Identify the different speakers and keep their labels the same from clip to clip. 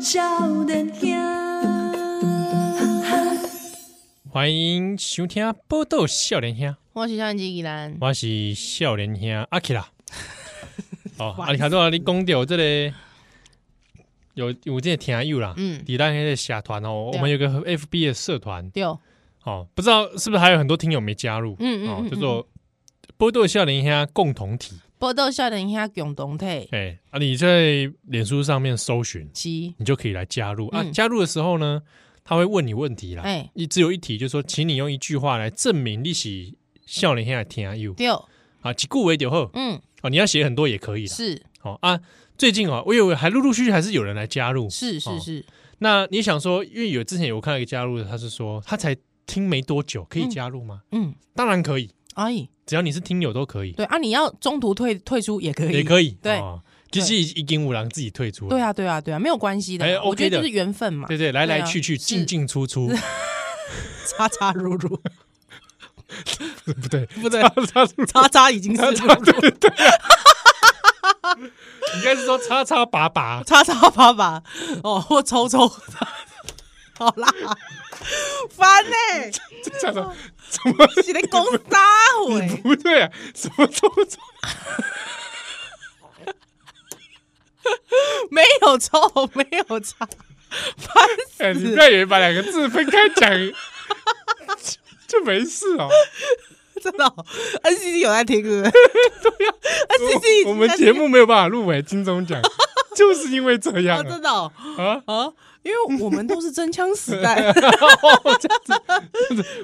Speaker 1: 少年兄。
Speaker 2: 欢迎收听《报道少年兄》，
Speaker 3: 我是相机依兰，
Speaker 2: 我是少年兄阿奇啦。 哦，阿里卡多，你讲到这个有有这个听友啦，
Speaker 3: 嗯，
Speaker 2: 底单黑的社团哦，我
Speaker 3: 对啊
Speaker 2: 们有个 FB 的社团
Speaker 3: 对，嗯
Speaker 2: 哦，不知道是不是还有很多听友没加入
Speaker 3: 嗯
Speaker 2: 哦
Speaker 3: 嗯，，
Speaker 2: 叫
Speaker 3: 嗯
Speaker 2: 做“波豆少年兄共同体
Speaker 3: 报道少年兄共同体”，，
Speaker 2: 哎啊，你在脸书上面搜寻，
Speaker 3: 是，
Speaker 2: 你就可以来加入啊。
Speaker 3: 嗯
Speaker 2: 加入的时候呢，他会问你问题啦，
Speaker 3: 哎，
Speaker 2: 一只有一题，就是说，请你用一句话来证明你是少年兄的听友。
Speaker 3: 对，
Speaker 2: 啊，几顾为就好
Speaker 3: 嗯，
Speaker 2: 哦，你要写很多也可以啦。
Speaker 3: 是
Speaker 2: 哦啊，最近哦，我有还陆陆续续还是有人来加入。
Speaker 3: 是
Speaker 2: 哦
Speaker 3: 是是，
Speaker 2: 那你想说，因为有之前有看到一个加入的，他是说他才听没多久，可以加入吗？
Speaker 3: 嗯，
Speaker 2: 当然可以，
Speaker 3: 哎，
Speaker 2: 只要你是听友都可以，
Speaker 3: 对啊，你要中途退退出也可以，
Speaker 2: 也可以。
Speaker 3: 对
Speaker 2: 哦，其实已已经五郎自己退出了。
Speaker 3: 对啊，对啊，对啊，没有关系的
Speaker 2: 哎
Speaker 3: 啦，我觉
Speaker 2: OK 的
Speaker 3: 得就是缘分嘛
Speaker 2: 对，对，来来去去，
Speaker 3: 是
Speaker 2: 进进出 出，
Speaker 3: 叉叉入入，
Speaker 2: 不对，
Speaker 3: 不对，
Speaker 2: 叉出，
Speaker 3: 叉叉已经是入入，
Speaker 2: 应该是说叉叉拔 拔。
Speaker 3: 叉叉爸爸，哦，或抽抽， 好啦，烦嘞，
Speaker 2: 叉叉 怎么
Speaker 3: 是在攻杀 我。
Speaker 2: 不对啊？什么都
Speaker 3: 没有抽，没有差，烦死
Speaker 2: 哎，你不要以为把两个字分开讲就就没事 哦。
Speaker 3: 真的、哦、，NCC 有在 听是不是？对呀、n c c
Speaker 2: 啊我我们节
Speaker 3: 哦
Speaker 2: 目没有办法入围金钟奖，就是因为这样
Speaker 3: 啊，真的哦、
Speaker 2: 啊！
Speaker 3: 啊，因为我们都是真枪实弹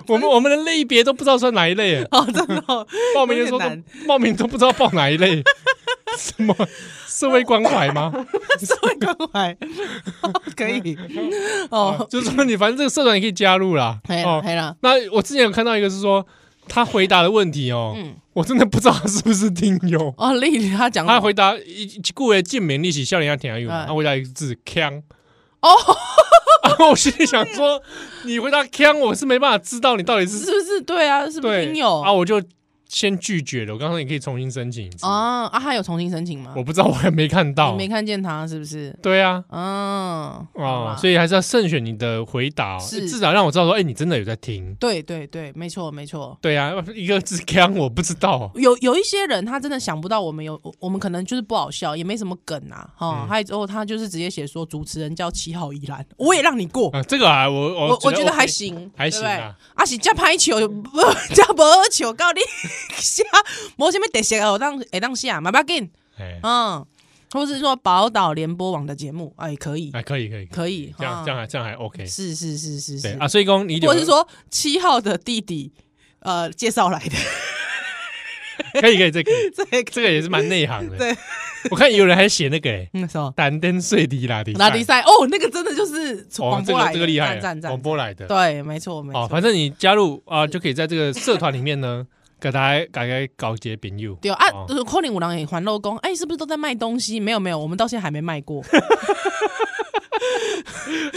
Speaker 2: 我们我们的类别都不知道算哪一类耶，
Speaker 3: 哦，真的、哦，
Speaker 2: 报名的时候
Speaker 3: 有点
Speaker 2: 都报名都不知道报哪一类， 什么社会关怀吗？
Speaker 3: 社会关 怀哦可以
Speaker 2: 啊
Speaker 3: 哦，
Speaker 2: 就是说你反正这个社团你可以加入 啦。
Speaker 3: 可以了，
Speaker 2: 哦，
Speaker 3: 可以了，
Speaker 2: 那我之前有看到一个是说他回答的问题哦，
Speaker 3: 嗯，
Speaker 2: 我真的不知道他是不是听友。
Speaker 3: 哦，丽丽她讲
Speaker 2: 他回答一一句话，健美利息笑脸要听有，
Speaker 3: 哎
Speaker 2: 啊他回答一个字“腔”。
Speaker 3: 哦，
Speaker 2: 然后我心里想说，你回答“腔”，我是没办法知道你到底是
Speaker 3: 是不是对啊？是不是
Speaker 2: 对
Speaker 3: 听友
Speaker 2: 啊，我就先拒绝了。我刚说你可以重新申请一次，
Speaker 3: 啊啊？他有重新申请吗
Speaker 2: 我？不知道，我还没看到
Speaker 3: 你。没看见他是不是？
Speaker 2: 对啊，
Speaker 3: 嗯，
Speaker 2: 哦，
Speaker 3: 以
Speaker 2: 所以还是要慎选你的回答哦，
Speaker 3: 是
Speaker 2: 至少让我知道说，哎，你真的有在听。
Speaker 3: 对对对，没错没错。
Speaker 2: 对啊，一个字“腔”，我不知道。
Speaker 3: 有有一些人他真的想不到我们有我我们可能就是不好笑，也没什么梗啊，哈、
Speaker 2: 嗯
Speaker 3: 还有之后他就是直接写说主持人叫七号依兰，我也让你过，
Speaker 2: 啊，这个啊，我我
Speaker 3: 我我觉得
Speaker 2: OK
Speaker 3: 还。行，
Speaker 2: 还
Speaker 3: 对
Speaker 2: 行
Speaker 3: 不对
Speaker 2: 啊。
Speaker 3: 啊是加拍球，不加不球，告你下，没什么特色哦，让哎让下，马巴紧，
Speaker 2: 哎，
Speaker 3: 嗯，或是说宝岛联播网的节目，哎可以
Speaker 2: 哎，可以可以，
Speaker 3: 可以，
Speaker 2: 这样
Speaker 3: 哈
Speaker 2: 这样还这样还 OK。
Speaker 3: 是是是是
Speaker 2: 哎对
Speaker 3: 是，
Speaker 2: 啊，所以公你
Speaker 3: 或是说七号的弟弟呃介绍来的，
Speaker 2: 可以可以，这个可以
Speaker 3: 这个
Speaker 2: 这个也是蛮内行的。
Speaker 3: 对，
Speaker 2: 我看有人还写那个哎，
Speaker 3: 那时候。
Speaker 2: 丹登碎迪拉迪
Speaker 3: 拉迪赛哦，那个真的就是从
Speaker 2: 哦
Speaker 3: 广，
Speaker 2: 这
Speaker 3: 播来
Speaker 2: 个
Speaker 3: 的
Speaker 2: 这个厉害，
Speaker 3: 赞赞赞
Speaker 2: 广播来的。
Speaker 3: 对，没错没
Speaker 2: 哦，
Speaker 3: 错。
Speaker 2: 反正你加入啊，就可以在这个社团里面呢，给大家大家搞些朋友。
Speaker 3: 对啊
Speaker 2: 哦，
Speaker 3: 就是柯林五郎也环漏工，哎，是不是都在卖东西？没有没有，我们到现在还没卖 过，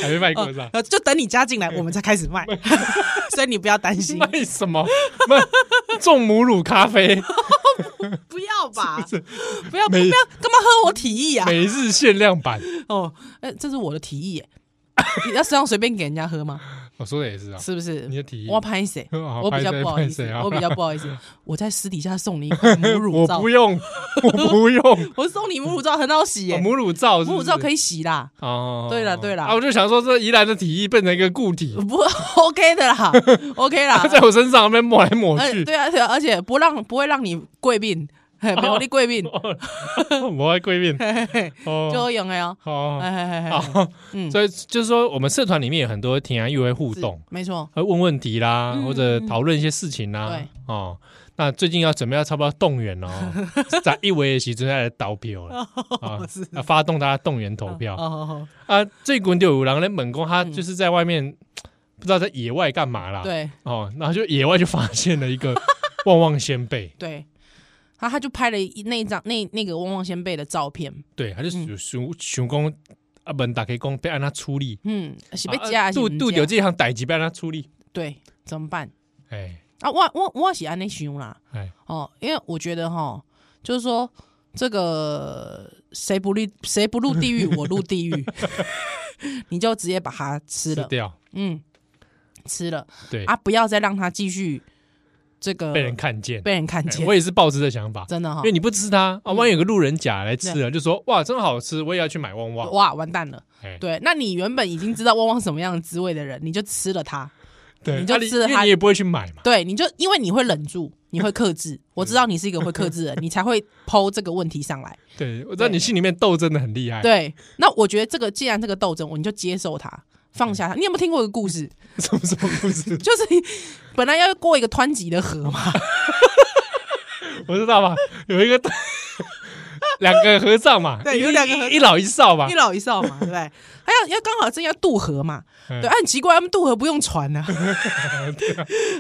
Speaker 2: 还没卖过 是吧？
Speaker 3: 呃，就等你加进来，我们才开始 卖， 所以你不要担心，
Speaker 2: 卖什么？卖种母乳咖 啡，
Speaker 3: 不要吧，不要不
Speaker 2: 没
Speaker 3: 要，干嘛喝我提议啊？
Speaker 2: 每日限量版。
Speaker 3: 哦，哎，这是我的提议耶， 你要身上随便给人家喝吗？
Speaker 2: 我说的也是啊，
Speaker 3: 是不是
Speaker 2: 你？的提议
Speaker 3: 我。拍谁？
Speaker 2: 好
Speaker 3: 我比
Speaker 2: 拍
Speaker 3: 较
Speaker 2: 谁
Speaker 3: 不好意
Speaker 2: 拍
Speaker 3: 思
Speaker 2: 谁好，
Speaker 3: 我比较不好意思，我在私底下送你一 块母乳
Speaker 2: 我
Speaker 3: 皂
Speaker 2: 不，用，我不用，
Speaker 3: 我送你母乳皂很好洗
Speaker 2: 哦
Speaker 3: 耶，
Speaker 2: 母乳皂是不是，
Speaker 3: 母乳皂可以洗啦。
Speaker 2: 哦，
Speaker 3: 对啦对啦
Speaker 2: 啊，我就想说这宜兰的体液变成一个固 体，
Speaker 3: 不 OK 的啦，OK 啦
Speaker 2: 它，在我身上那边抹来抹
Speaker 3: 而
Speaker 2: 去，
Speaker 3: 啊对啊，对啊而且不让不会让你贵病，嘿，
Speaker 2: 哦
Speaker 3: 不会你贵病，
Speaker 2: 抹在贵面
Speaker 3: 嘿嘿
Speaker 2: 哦，
Speaker 3: 就用的哦，
Speaker 2: 好
Speaker 3: 哎哎哎，
Speaker 2: 好，
Speaker 3: 嗯
Speaker 2: 所以就是说，我们社团里面有很多挺然又会互
Speaker 3: 是
Speaker 2: 动，
Speaker 3: 没错，
Speaker 2: 会问问题啦，
Speaker 3: 嗯
Speaker 2: 或者讨论一些事情啦
Speaker 3: 对，
Speaker 2: 哦。那最近要准备要差不多要动员哦， 在一围的时阵要来投票了啊，要发动大家动员投票
Speaker 3: 哦哦，
Speaker 2: 啊。最滚就有人在猛攻，他就是在外面不知道在野外干嘛啦，
Speaker 3: 哦，对
Speaker 2: 哦，然后就野外就发现了一 个旺旺仙贝，
Speaker 3: 对，他他就拍了一那一张那那个汪汪先辈的照片，
Speaker 2: 对，他就
Speaker 3: 嗯
Speaker 2: 想想想讲啊，门打开讲被按他处理，
Speaker 3: 嗯，是被
Speaker 2: 啊
Speaker 3: 加
Speaker 2: 啊
Speaker 3: 是不
Speaker 2: 杜杜
Speaker 3: 加
Speaker 2: 丢，这一行代志被按他处理，
Speaker 3: 对，怎么办
Speaker 2: 哎
Speaker 3: 啊？我我我是安内想啦，
Speaker 2: 哎，
Speaker 3: 哦，因为我觉得哈，就是 说这个谁不入谁不入地狱，我入地狱。 你就直接把它
Speaker 2: 吃
Speaker 3: 吃了，
Speaker 2: 掉，
Speaker 3: 嗯，吃了
Speaker 2: 对，
Speaker 3: 啊，不要再让它继续这个
Speaker 2: 被人看见。
Speaker 3: 嗯被人看
Speaker 2: 哎
Speaker 3: 见
Speaker 2: 我，也是抱持的想法，
Speaker 3: 真嗯的哈
Speaker 2: 因为，你不吃它啊，万一有个路人甲来吃了，就说哇，真好吃，我也要去买旺旺。
Speaker 3: 哇，完蛋了。
Speaker 2: 哎，
Speaker 3: 对，那你原本已经知道旺旺什么样的滋味的人，你就吃了它，
Speaker 2: 对，
Speaker 3: 你就
Speaker 2: 啊
Speaker 3: 吃了
Speaker 2: 因为
Speaker 3: 它
Speaker 2: 你也不会去买嘛。
Speaker 3: 对，你就因为你会忍住，你会克制。我
Speaker 2: 嗯
Speaker 3: 知道你是一个会克制的人，你才会剖这个问题上来。
Speaker 2: 对，我知道你心里面斗争的很厉害。，
Speaker 3: 对，那我觉得这个既然这个斗争，我你就接受它，放下它。你有没有听过一个故事？
Speaker 2: 什么什么故事？
Speaker 3: 就是本来要过一个湍急的河 嘛，
Speaker 2: 我知道吧？有一个 两个和尚嘛，
Speaker 3: 对有
Speaker 2: 一
Speaker 3: 两个和
Speaker 2: 一一老一少嘛
Speaker 3: 一，老一少嘛，对不对？还要要刚好正要渡河嘛，
Speaker 2: 嗯啊
Speaker 3: 对，啊很奇怪，他们渡河不用 船啊，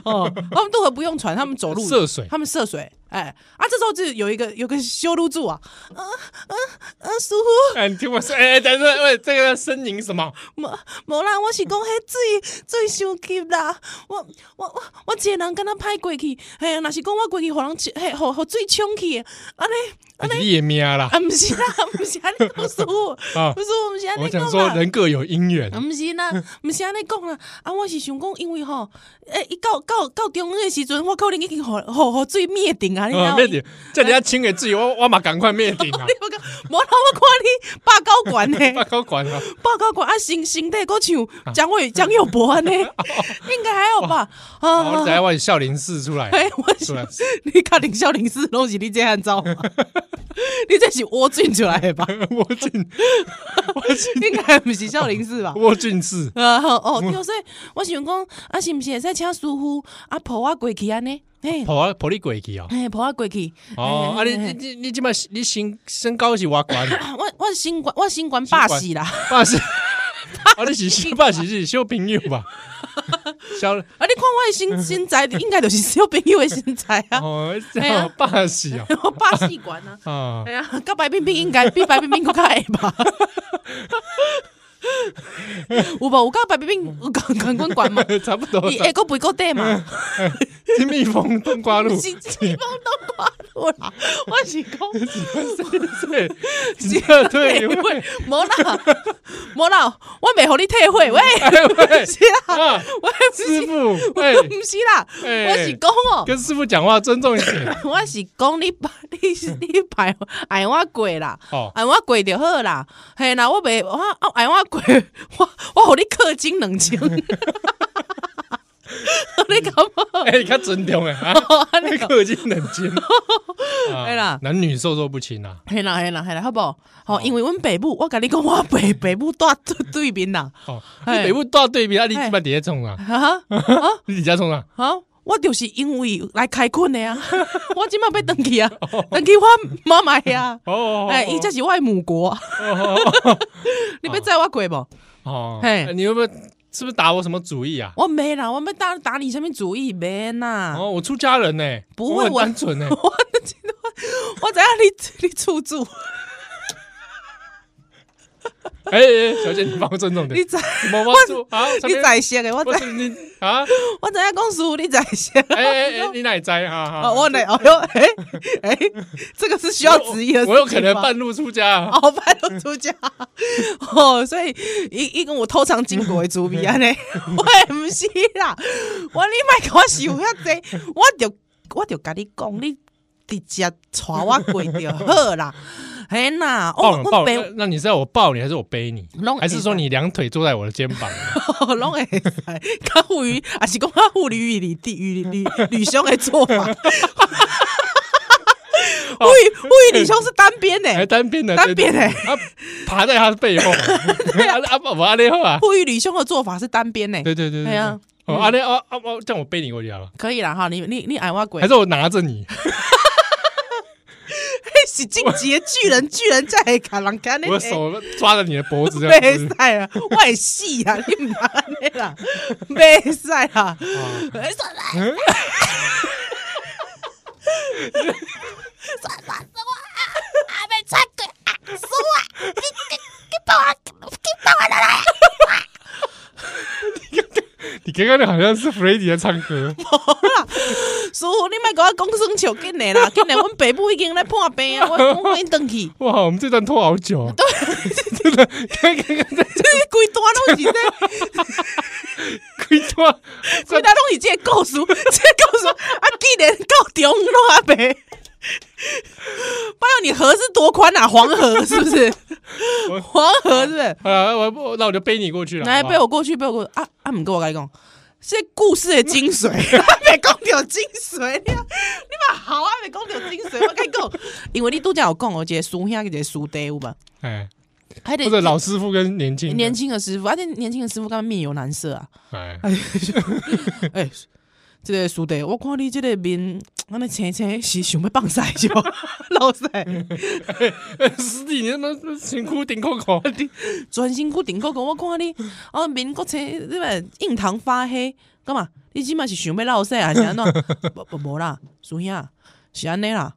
Speaker 3: 哦，他们渡河不用船，他们走路
Speaker 2: 涉水。
Speaker 3: 他们涉水，哎、啊，这时候就有一个有个修路柱啊，嗯嗯嗯，师 傅，
Speaker 2: 哎，你听我说，哎，哎等等，喂，这个呻吟什么？
Speaker 3: 无无啦，我是讲迄水水伤急啦，我我我我一个人敢若歹过去，嘿，若是讲我过去，互人嘿，互互水冲去，安尼
Speaker 2: 哎你也咩啦？
Speaker 3: 啊，毋是啦， 毋是安尼讲师傅，
Speaker 2: 啊
Speaker 3: 不是我们是安
Speaker 2: 我
Speaker 3: 尼
Speaker 2: 想
Speaker 3: 讲
Speaker 2: 说，
Speaker 3: 啦。
Speaker 2: 人各有因缘哦
Speaker 3: 啊，，毋是啦， 毋是安尼讲啦，啊，我是想讲，因为吼，诶、伊到到到中午的时阵，我可能已经互互互水灭顶啊，你知道
Speaker 2: 啊，
Speaker 3: 吗？
Speaker 2: 灭 顶，叫人家清给自己，我我嘛赶快灭顶啊！
Speaker 3: 我讲，无啦，我看你霸高 管呢、
Speaker 2: 把高管啊，
Speaker 3: 报告过啊，身身体够像 蒋伟蒋友柏安尼，
Speaker 2: 哦
Speaker 3: 应该还好吧？
Speaker 2: 好我
Speaker 3: 啊，
Speaker 2: 在外笑林寺出来，
Speaker 3: 哎，我
Speaker 2: 出
Speaker 3: 是
Speaker 2: 来，
Speaker 3: 你看林孝林是拢是你这样照吗？ 你这是窝进出来 的吧？
Speaker 2: 我进
Speaker 3: 应该不是孝林是 吧？
Speaker 2: 我进寺，
Speaker 3: 啊，好哦，对，所以我想讲，啊，是不是会使请师傅啊抱我过去安尼？嘿，
Speaker 2: 跑啊跑你鬼去哦！
Speaker 3: 嘿，抱我过去。
Speaker 2: 哦，啊你
Speaker 3: 嘿嘿嘿
Speaker 2: 你你你即摆你身身高是偌悬？
Speaker 3: 啊我我新冠我新冠霸死啦！
Speaker 2: 爸是，啊你是小 爸是是小朋友 吧？小
Speaker 3: 啊，你看我的 身身材，应该就是小朋友的身材啊，
Speaker 2: 哦
Speaker 3: 哎呀，
Speaker 2: 爸是 哦
Speaker 3: 我霸死管啊！
Speaker 2: 啊
Speaker 3: 哎呀，甲白冰冰应该比白冰冰更较会吧？有无？有甲白冰冰有共共阮管嘛？，
Speaker 2: 差不多
Speaker 3: 伊，下个肥个底嘛？
Speaker 2: 金蜜蜂冬瓜露，
Speaker 3: 是是风都管我啦！我是讲，
Speaker 2: 对，只要退位，
Speaker 3: 无啦，无啦，我袂互你退会喂，
Speaker 2: 哎喂
Speaker 3: 是啦，
Speaker 2: 啊，
Speaker 3: 我不
Speaker 2: 师
Speaker 3: 是，
Speaker 2: 傅，喂，
Speaker 3: 我不是啦，
Speaker 2: 哎
Speaker 3: 我是讲哦，
Speaker 2: 跟师傅讲话尊重一 点
Speaker 3: 我是讲你 你是你排 爱我过啦。
Speaker 2: 哦。
Speaker 3: 哎，我过就好啦，嘿啦，我袂我啊哎我过， 我我互你氪金 两千，你感觉？
Speaker 2: 哎，较尊重哎，啊，
Speaker 3: 安尼
Speaker 2: 氪金冷金，啊
Speaker 3: 哎啦
Speaker 2: 男女授受不亲啊，
Speaker 3: 嘿啦嘿啦嘿啦，好不好？
Speaker 2: 哦
Speaker 3: 吼，因为阮爸母，我甲你讲，我爸 爸母住对对面啦，
Speaker 2: 哦，你
Speaker 3: 哎
Speaker 2: 北部大对比啊，你
Speaker 3: 哎
Speaker 2: 即摆伫咧创啊，
Speaker 3: 哈
Speaker 2: 你伫遮创啊，
Speaker 3: 哈，我就是因为来开困 的啊，我即满要登去啊，登去我妈妈呀，
Speaker 2: 哦，
Speaker 3: 哎，伊才是我的母国， 你要载我过无？
Speaker 2: 哦，
Speaker 3: 嘿
Speaker 2: 哎你有没有是不是打我什么主意啊？
Speaker 3: 我没啦，我要打打你什么主意没啦？
Speaker 2: 哦，我出家人呢，
Speaker 3: 不啊会
Speaker 2: 我
Speaker 3: 我
Speaker 2: 很单 纯呢，
Speaker 3: 我我知影你你厝主，
Speaker 2: 哎哎，哎小姐，你帮我尊重
Speaker 3: 你
Speaker 2: 点，
Speaker 3: 知
Speaker 2: 什么我出啊？什
Speaker 3: 你
Speaker 2: 么
Speaker 3: 在识的，我
Speaker 2: 不
Speaker 3: 知
Speaker 2: 是你啊？
Speaker 3: 我知影讲师傅你在识的。
Speaker 2: 哎哎哎，你哪里摘啊？哈
Speaker 3: 哦，我来，哦哟，哎哎，这个是需要质疑的事情吧
Speaker 2: 我有可能半路出家啊，
Speaker 3: 哦，半路出家哦，所以一一跟我偷尝禁果的主 意安尼，我唔是啦，我你莫甲我想遐济，我就我就甲你讲，你直接带我过就好啦，嘿啦，
Speaker 2: 抱
Speaker 3: 哦我
Speaker 2: 了
Speaker 3: 我
Speaker 2: 抱
Speaker 3: 背
Speaker 2: 了，那那你是要我抱你，还是我背你
Speaker 3: 拢？
Speaker 2: 还是说
Speaker 3: 会
Speaker 2: 你两腿坐在我的肩 膀？
Speaker 3: 哦，拢会使，较互于，也是讲较互于于地于女女兄的做法。互于互于女兄是单边
Speaker 2: 还
Speaker 3: 的，
Speaker 2: 单边的，
Speaker 3: 单
Speaker 2: 对对
Speaker 3: 边的
Speaker 2: 对啊，爬在他的背 后，啊 啊，我阿内后啊，
Speaker 3: 互于女兄的做法是单边的。
Speaker 2: 对对对，
Speaker 3: 哎呀，
Speaker 2: 哦，阿内啊啊，我这样我背你过去好了，
Speaker 3: 可以啦哈，你你你矮我鬼
Speaker 2: 还，是我拿着 你？
Speaker 3: 是进阶巨人，巨人才会砍人砍你。
Speaker 2: 我手抓着你的脖子这样
Speaker 3: 袂
Speaker 2: 子，
Speaker 3: 使啦，我会死啊！你唔安尼啦，袂使啦，哎算啦，算啦，算啦，我啊啊被穿过啊，输啊！你你你帮我，你帮我来来！
Speaker 2: 你刚刚好像是 Freddy 在唱歌，
Speaker 3: 师傅，你莫甲我讲生笑，紧来啦，紧来！阮爸母已经来破病啊，我我已经回去。
Speaker 2: 哇，我们这段拖好久，
Speaker 3: 这规段拢是这，
Speaker 2: 开拖，
Speaker 3: 规段拢是这个故 事，这个故事啊，既然到中拢阿伯。拜托你河是多宽啊？黄河是不是？黄河是不是？
Speaker 2: 啊，我我那我就背你过去了。
Speaker 3: 来
Speaker 2: 好不
Speaker 3: 背
Speaker 2: 好
Speaker 3: 我过去，背我过去啊啊！唔跟我跟你讲，是故事的精髓，没讲到精髓，你啊你嘛好啊，没讲到精髓，我跟你讲，因为你拄则有讲哦，一个师兄一个师弟有吧？
Speaker 2: 哎，
Speaker 3: 还
Speaker 2: 或者
Speaker 3: 得
Speaker 2: 老师傅跟年轻人
Speaker 3: 年，轻的师傅，而且年轻的师傅刚面有难色啊，
Speaker 2: 哎，
Speaker 3: 哎、这个师弟，我看你这个面，安尼青青是想要放屎是吧？ 老师，
Speaker 2: 师弟，你他妈辛苦顶扣 扣，
Speaker 3: 专心骨顶个讲，我看你哦面国青，你嘛印堂发黑，干嘛？你即嘛是想要落屎啊还是安怎？无无无啦，师兄啊是安尼啦。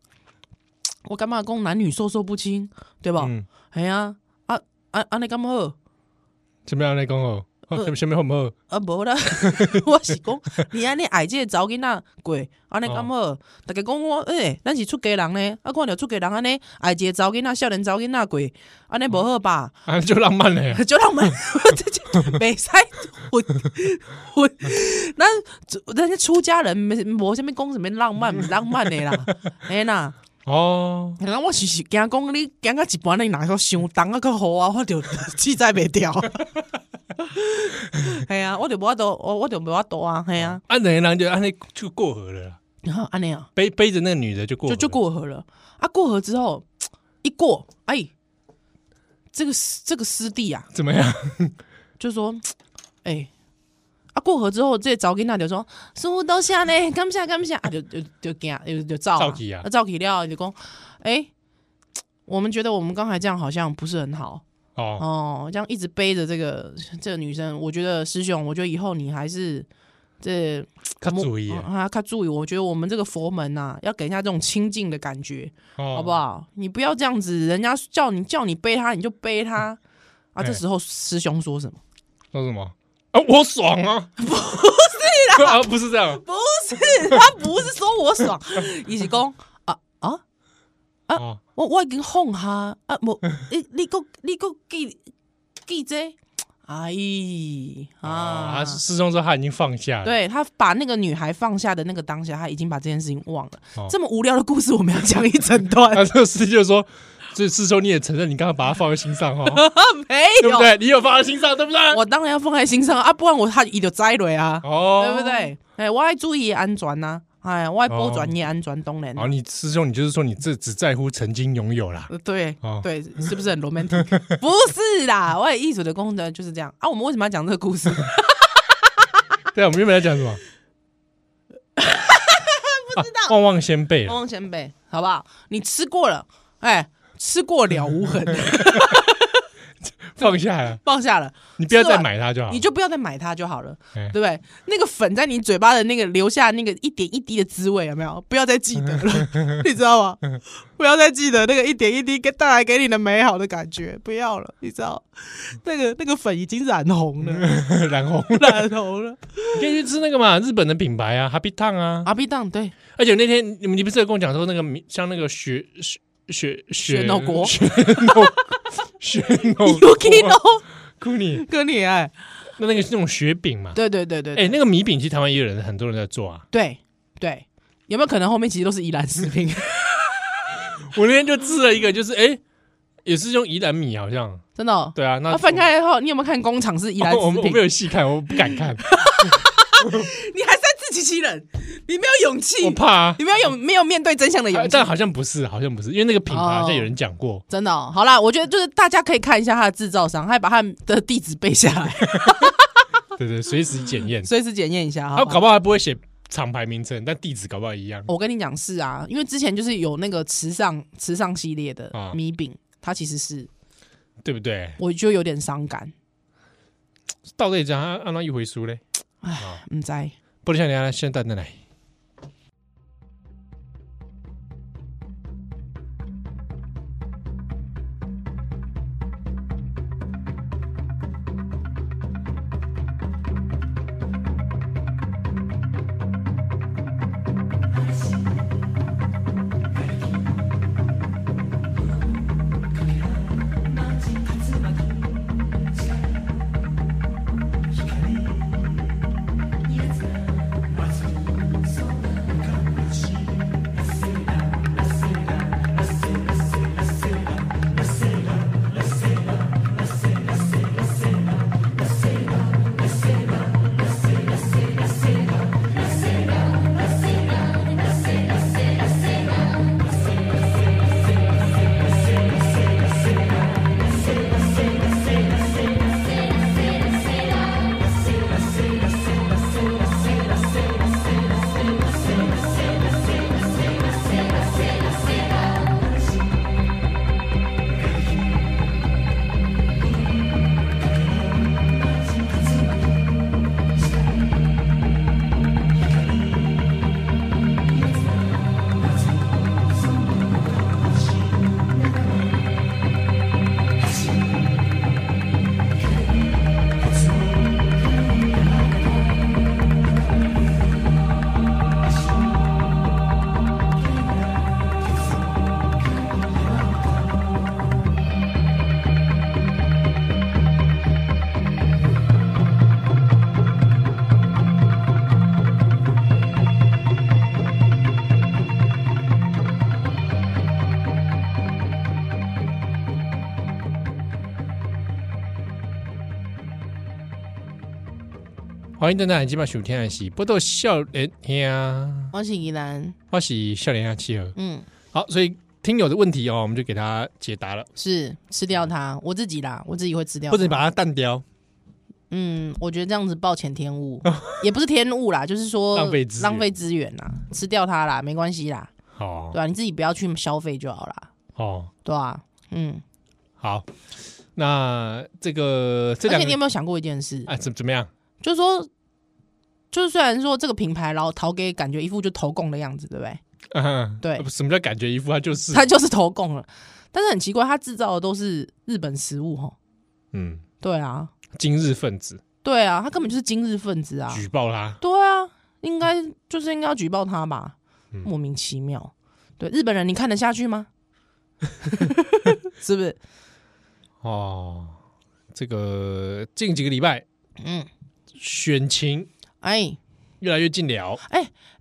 Speaker 3: 我感觉讲男女授受不亲，对吧？
Speaker 2: 嗯，
Speaker 3: 系啊，啊啊安尼咁好，
Speaker 2: 前面安尼讲哦，好，前面好唔好？
Speaker 3: 啊无啦， 我是讲你安尼爱这个查某囡仔过，安尼咁好，逐个讲我诶、欸咱是出家人呢，啊看着出家人安尼爱一个查某囡仔，少年查某囡仔过，安尼无好吧？
Speaker 2: 啊，就浪漫嘞，
Speaker 3: 就让我们 这这袂使混混， 咱咱是出家人，没无啥物讲什么浪漫，不浪漫的啦， 哎啦，
Speaker 2: 哦，
Speaker 3: 然后我是是惊讲你惊到一半，你若个伤重啊个好啊，我就 气在袂掉。 系啊，我就无法度，我我就无法度啊，系啊，
Speaker 2: 啊，两个人就安尼就过河了啦，
Speaker 3: 然后安尼啊，
Speaker 2: 背背着那个女的就过河
Speaker 3: 就
Speaker 2: 了，
Speaker 3: 就过河了啊，过河之后一过，哎，这个师这个师弟啊，
Speaker 2: 怎么 样？
Speaker 3: 就说，哎、啊，过河之后，这早跟那就说，师傅都下呢，感谢感谢，啊，就就就惊，就就照
Speaker 2: 走去啊
Speaker 3: 照起了，就讲，哎、我们觉得我们刚才这样好像不是很好
Speaker 2: 哦，
Speaker 3: 哦，这样一直背着这个 这个女生，我觉得师兄，我觉得以后你还是这
Speaker 2: 较注意啊，
Speaker 3: 啊，他注意，我觉得我们这个佛门呐、要给人家这种清净的感觉，
Speaker 2: 好
Speaker 3: 好不？好？你不要这样子，人家叫你叫你背他，你就背他啊。
Speaker 2: 哎
Speaker 3: 这时候师兄说什么？
Speaker 2: 说什么？啊，我爽 啊！不是 啦，啊，不是这样，
Speaker 3: 不是，他不是说我爽，伊是讲啊啊，
Speaker 2: 哦，
Speaker 3: 我我已经放下啊，无你你个你个记记这，哎
Speaker 2: 啊，
Speaker 3: 啊，
Speaker 2: 师兄说他已经放下了，
Speaker 3: 对他把那个女孩放下的那个当下，他已经把这件事情忘了。
Speaker 2: 哦
Speaker 3: 这么无聊的故事，我们要讲一整段？
Speaker 2: 啊，这个师弟就说，这师兄你也承认你刚刚把他放在心上哦，
Speaker 3: 没
Speaker 2: 对不
Speaker 3: 有，
Speaker 2: 对？你有放在心上，对不对？
Speaker 3: 我当然要放在心上啊，不然我他伊就栽落啊，
Speaker 2: 哦，
Speaker 3: 对不？对？哎，我爱注意安全呐、哎，我爱保全伊安全，当然。
Speaker 2: 哦
Speaker 3: 啊
Speaker 2: 好，你师兄，你就是说你这只在乎曾经拥有啦，
Speaker 3: 呃对、
Speaker 2: 哦
Speaker 3: 对，是不是很 romantic？不 是啦，我的艺术的功能就是这样啊。我们为什么要讲这个 故事？
Speaker 2: 对啊，我们原本在讲什 么？不知道，旺旺先辈啊
Speaker 3: 汪
Speaker 2: 了，
Speaker 3: 汪前辈，好不好？你吃过了，哎，吃过了无痕，
Speaker 2: 放下了，
Speaker 3: 放下了，
Speaker 2: 你不要再买它就好
Speaker 3: 你。就不要再买它就好了，
Speaker 2: 啊哎
Speaker 3: 对不对？那个粉在你嘴巴的那个留下那个一点一滴的滋味，有没有？不要再记得 了，你知道吗？不要再记得那个一点一滴给带来给你的美好的感觉，不要了，你知道？那个那个粉已经染红了，
Speaker 2: 然后
Speaker 3: 染红了。
Speaker 2: 你可以去吃那个嘛，日本的品牌啊，Happy 烫啊。
Speaker 3: 阿 B 当对，
Speaker 2: 而且那天你们你不是有跟我讲说那个米像那个雪雪雪
Speaker 3: 雪诺国
Speaker 2: 雪诺 雪诺
Speaker 3: Yuki
Speaker 2: 国
Speaker 3: no
Speaker 2: 库尼，
Speaker 3: 跟你哎，
Speaker 2: 那那个是那种雪饼嘛？
Speaker 3: 对对对对对
Speaker 2: 哎，那个米饼其实台湾也有人很多人在做啊。
Speaker 3: 对对，有没有可能后面其实都是宜兰食 品？
Speaker 2: 我那天就吃了一个，就是哎，也是用宜兰米好像，
Speaker 3: 真的哦、
Speaker 2: 对啊，
Speaker 3: 那、
Speaker 2: 那
Speaker 3: 翻开后，你有没有看工厂是 宜兰
Speaker 2: 哦我
Speaker 3: 食
Speaker 2: 我
Speaker 3: 品？
Speaker 2: 没有细看，我不敢看，
Speaker 3: 你还是在自欺欺人， 你没有勇气
Speaker 2: 我，怕啊。
Speaker 3: 你没有勇，没有哦面对真相的勇
Speaker 2: 啊
Speaker 3: 气。
Speaker 2: 但好像不是，好像不是，因为那个品牌好像有人讲过，
Speaker 3: 真的哦、好啦，我觉得就是大家可以看一下他的制造商，还把他的地址背下来，
Speaker 2: 对对，随时检验。
Speaker 3: 随时检验一下 好
Speaker 2: 他
Speaker 3: 不
Speaker 2: 搞
Speaker 3: 好。
Speaker 2: 不好还不会写厂牌名称，但地址搞不好一样。
Speaker 3: 我跟你讲是啊，因为之前就是有那个慈上慈上系列的
Speaker 2: 啊
Speaker 3: 米饼，它其实是
Speaker 2: 对不对？
Speaker 3: 我就有点伤感，
Speaker 2: 到这里讲，按按啊照一回书嘞，
Speaker 3: 嗯，在
Speaker 2: 不能像人家啊现在的来。
Speaker 1: 「街につばき
Speaker 2: 欢迎邓大即摆收听的是不都少年兄，
Speaker 3: 我是宜兰，
Speaker 2: 我是少年兄啊七儿。
Speaker 3: 嗯，
Speaker 2: 好，所以听友的问题哦，我们就给他解答了，
Speaker 3: 是吃掉它，我自己啦，我自己会吃掉它，
Speaker 2: 或者你把它淡掉，
Speaker 3: 嗯，我觉得这样子暴殄天 物，也不是天物啦，就是说
Speaker 2: 浪费资源
Speaker 3: 浪费资源啦，吃掉它啦，没关系啦，
Speaker 2: 哦
Speaker 3: 对啊，你自己不要去消费就好啦，
Speaker 2: 哦，
Speaker 3: 对啊，嗯，
Speaker 2: 好，那这个这
Speaker 3: 而
Speaker 2: 两
Speaker 3: 且你有
Speaker 2: 个
Speaker 3: 没有想过一件事，
Speaker 2: 啊怎怎么样？
Speaker 3: 就是说，就是虽然说这个品牌，然后陶给感觉一副就投共的样子，对不对？
Speaker 2: 嗯
Speaker 3: 对
Speaker 2: 什么叫感觉一副？它就是
Speaker 3: 它就是投共了，但是很奇怪，它制造的都是日本食物哈，
Speaker 2: 嗯，
Speaker 3: 对啊，
Speaker 2: 今日分子
Speaker 3: 对啊，他根本就是今日分子啊，
Speaker 2: 举报啦，
Speaker 3: 对啊，应该就是应该要举报他吧，
Speaker 2: 嗯
Speaker 3: 莫名其妙。对日本人，你看得下去吗？ 是不是？
Speaker 2: 哦，这个近几个礼拜
Speaker 3: 嗯，
Speaker 2: 选情
Speaker 3: 哎
Speaker 2: 越来越近了，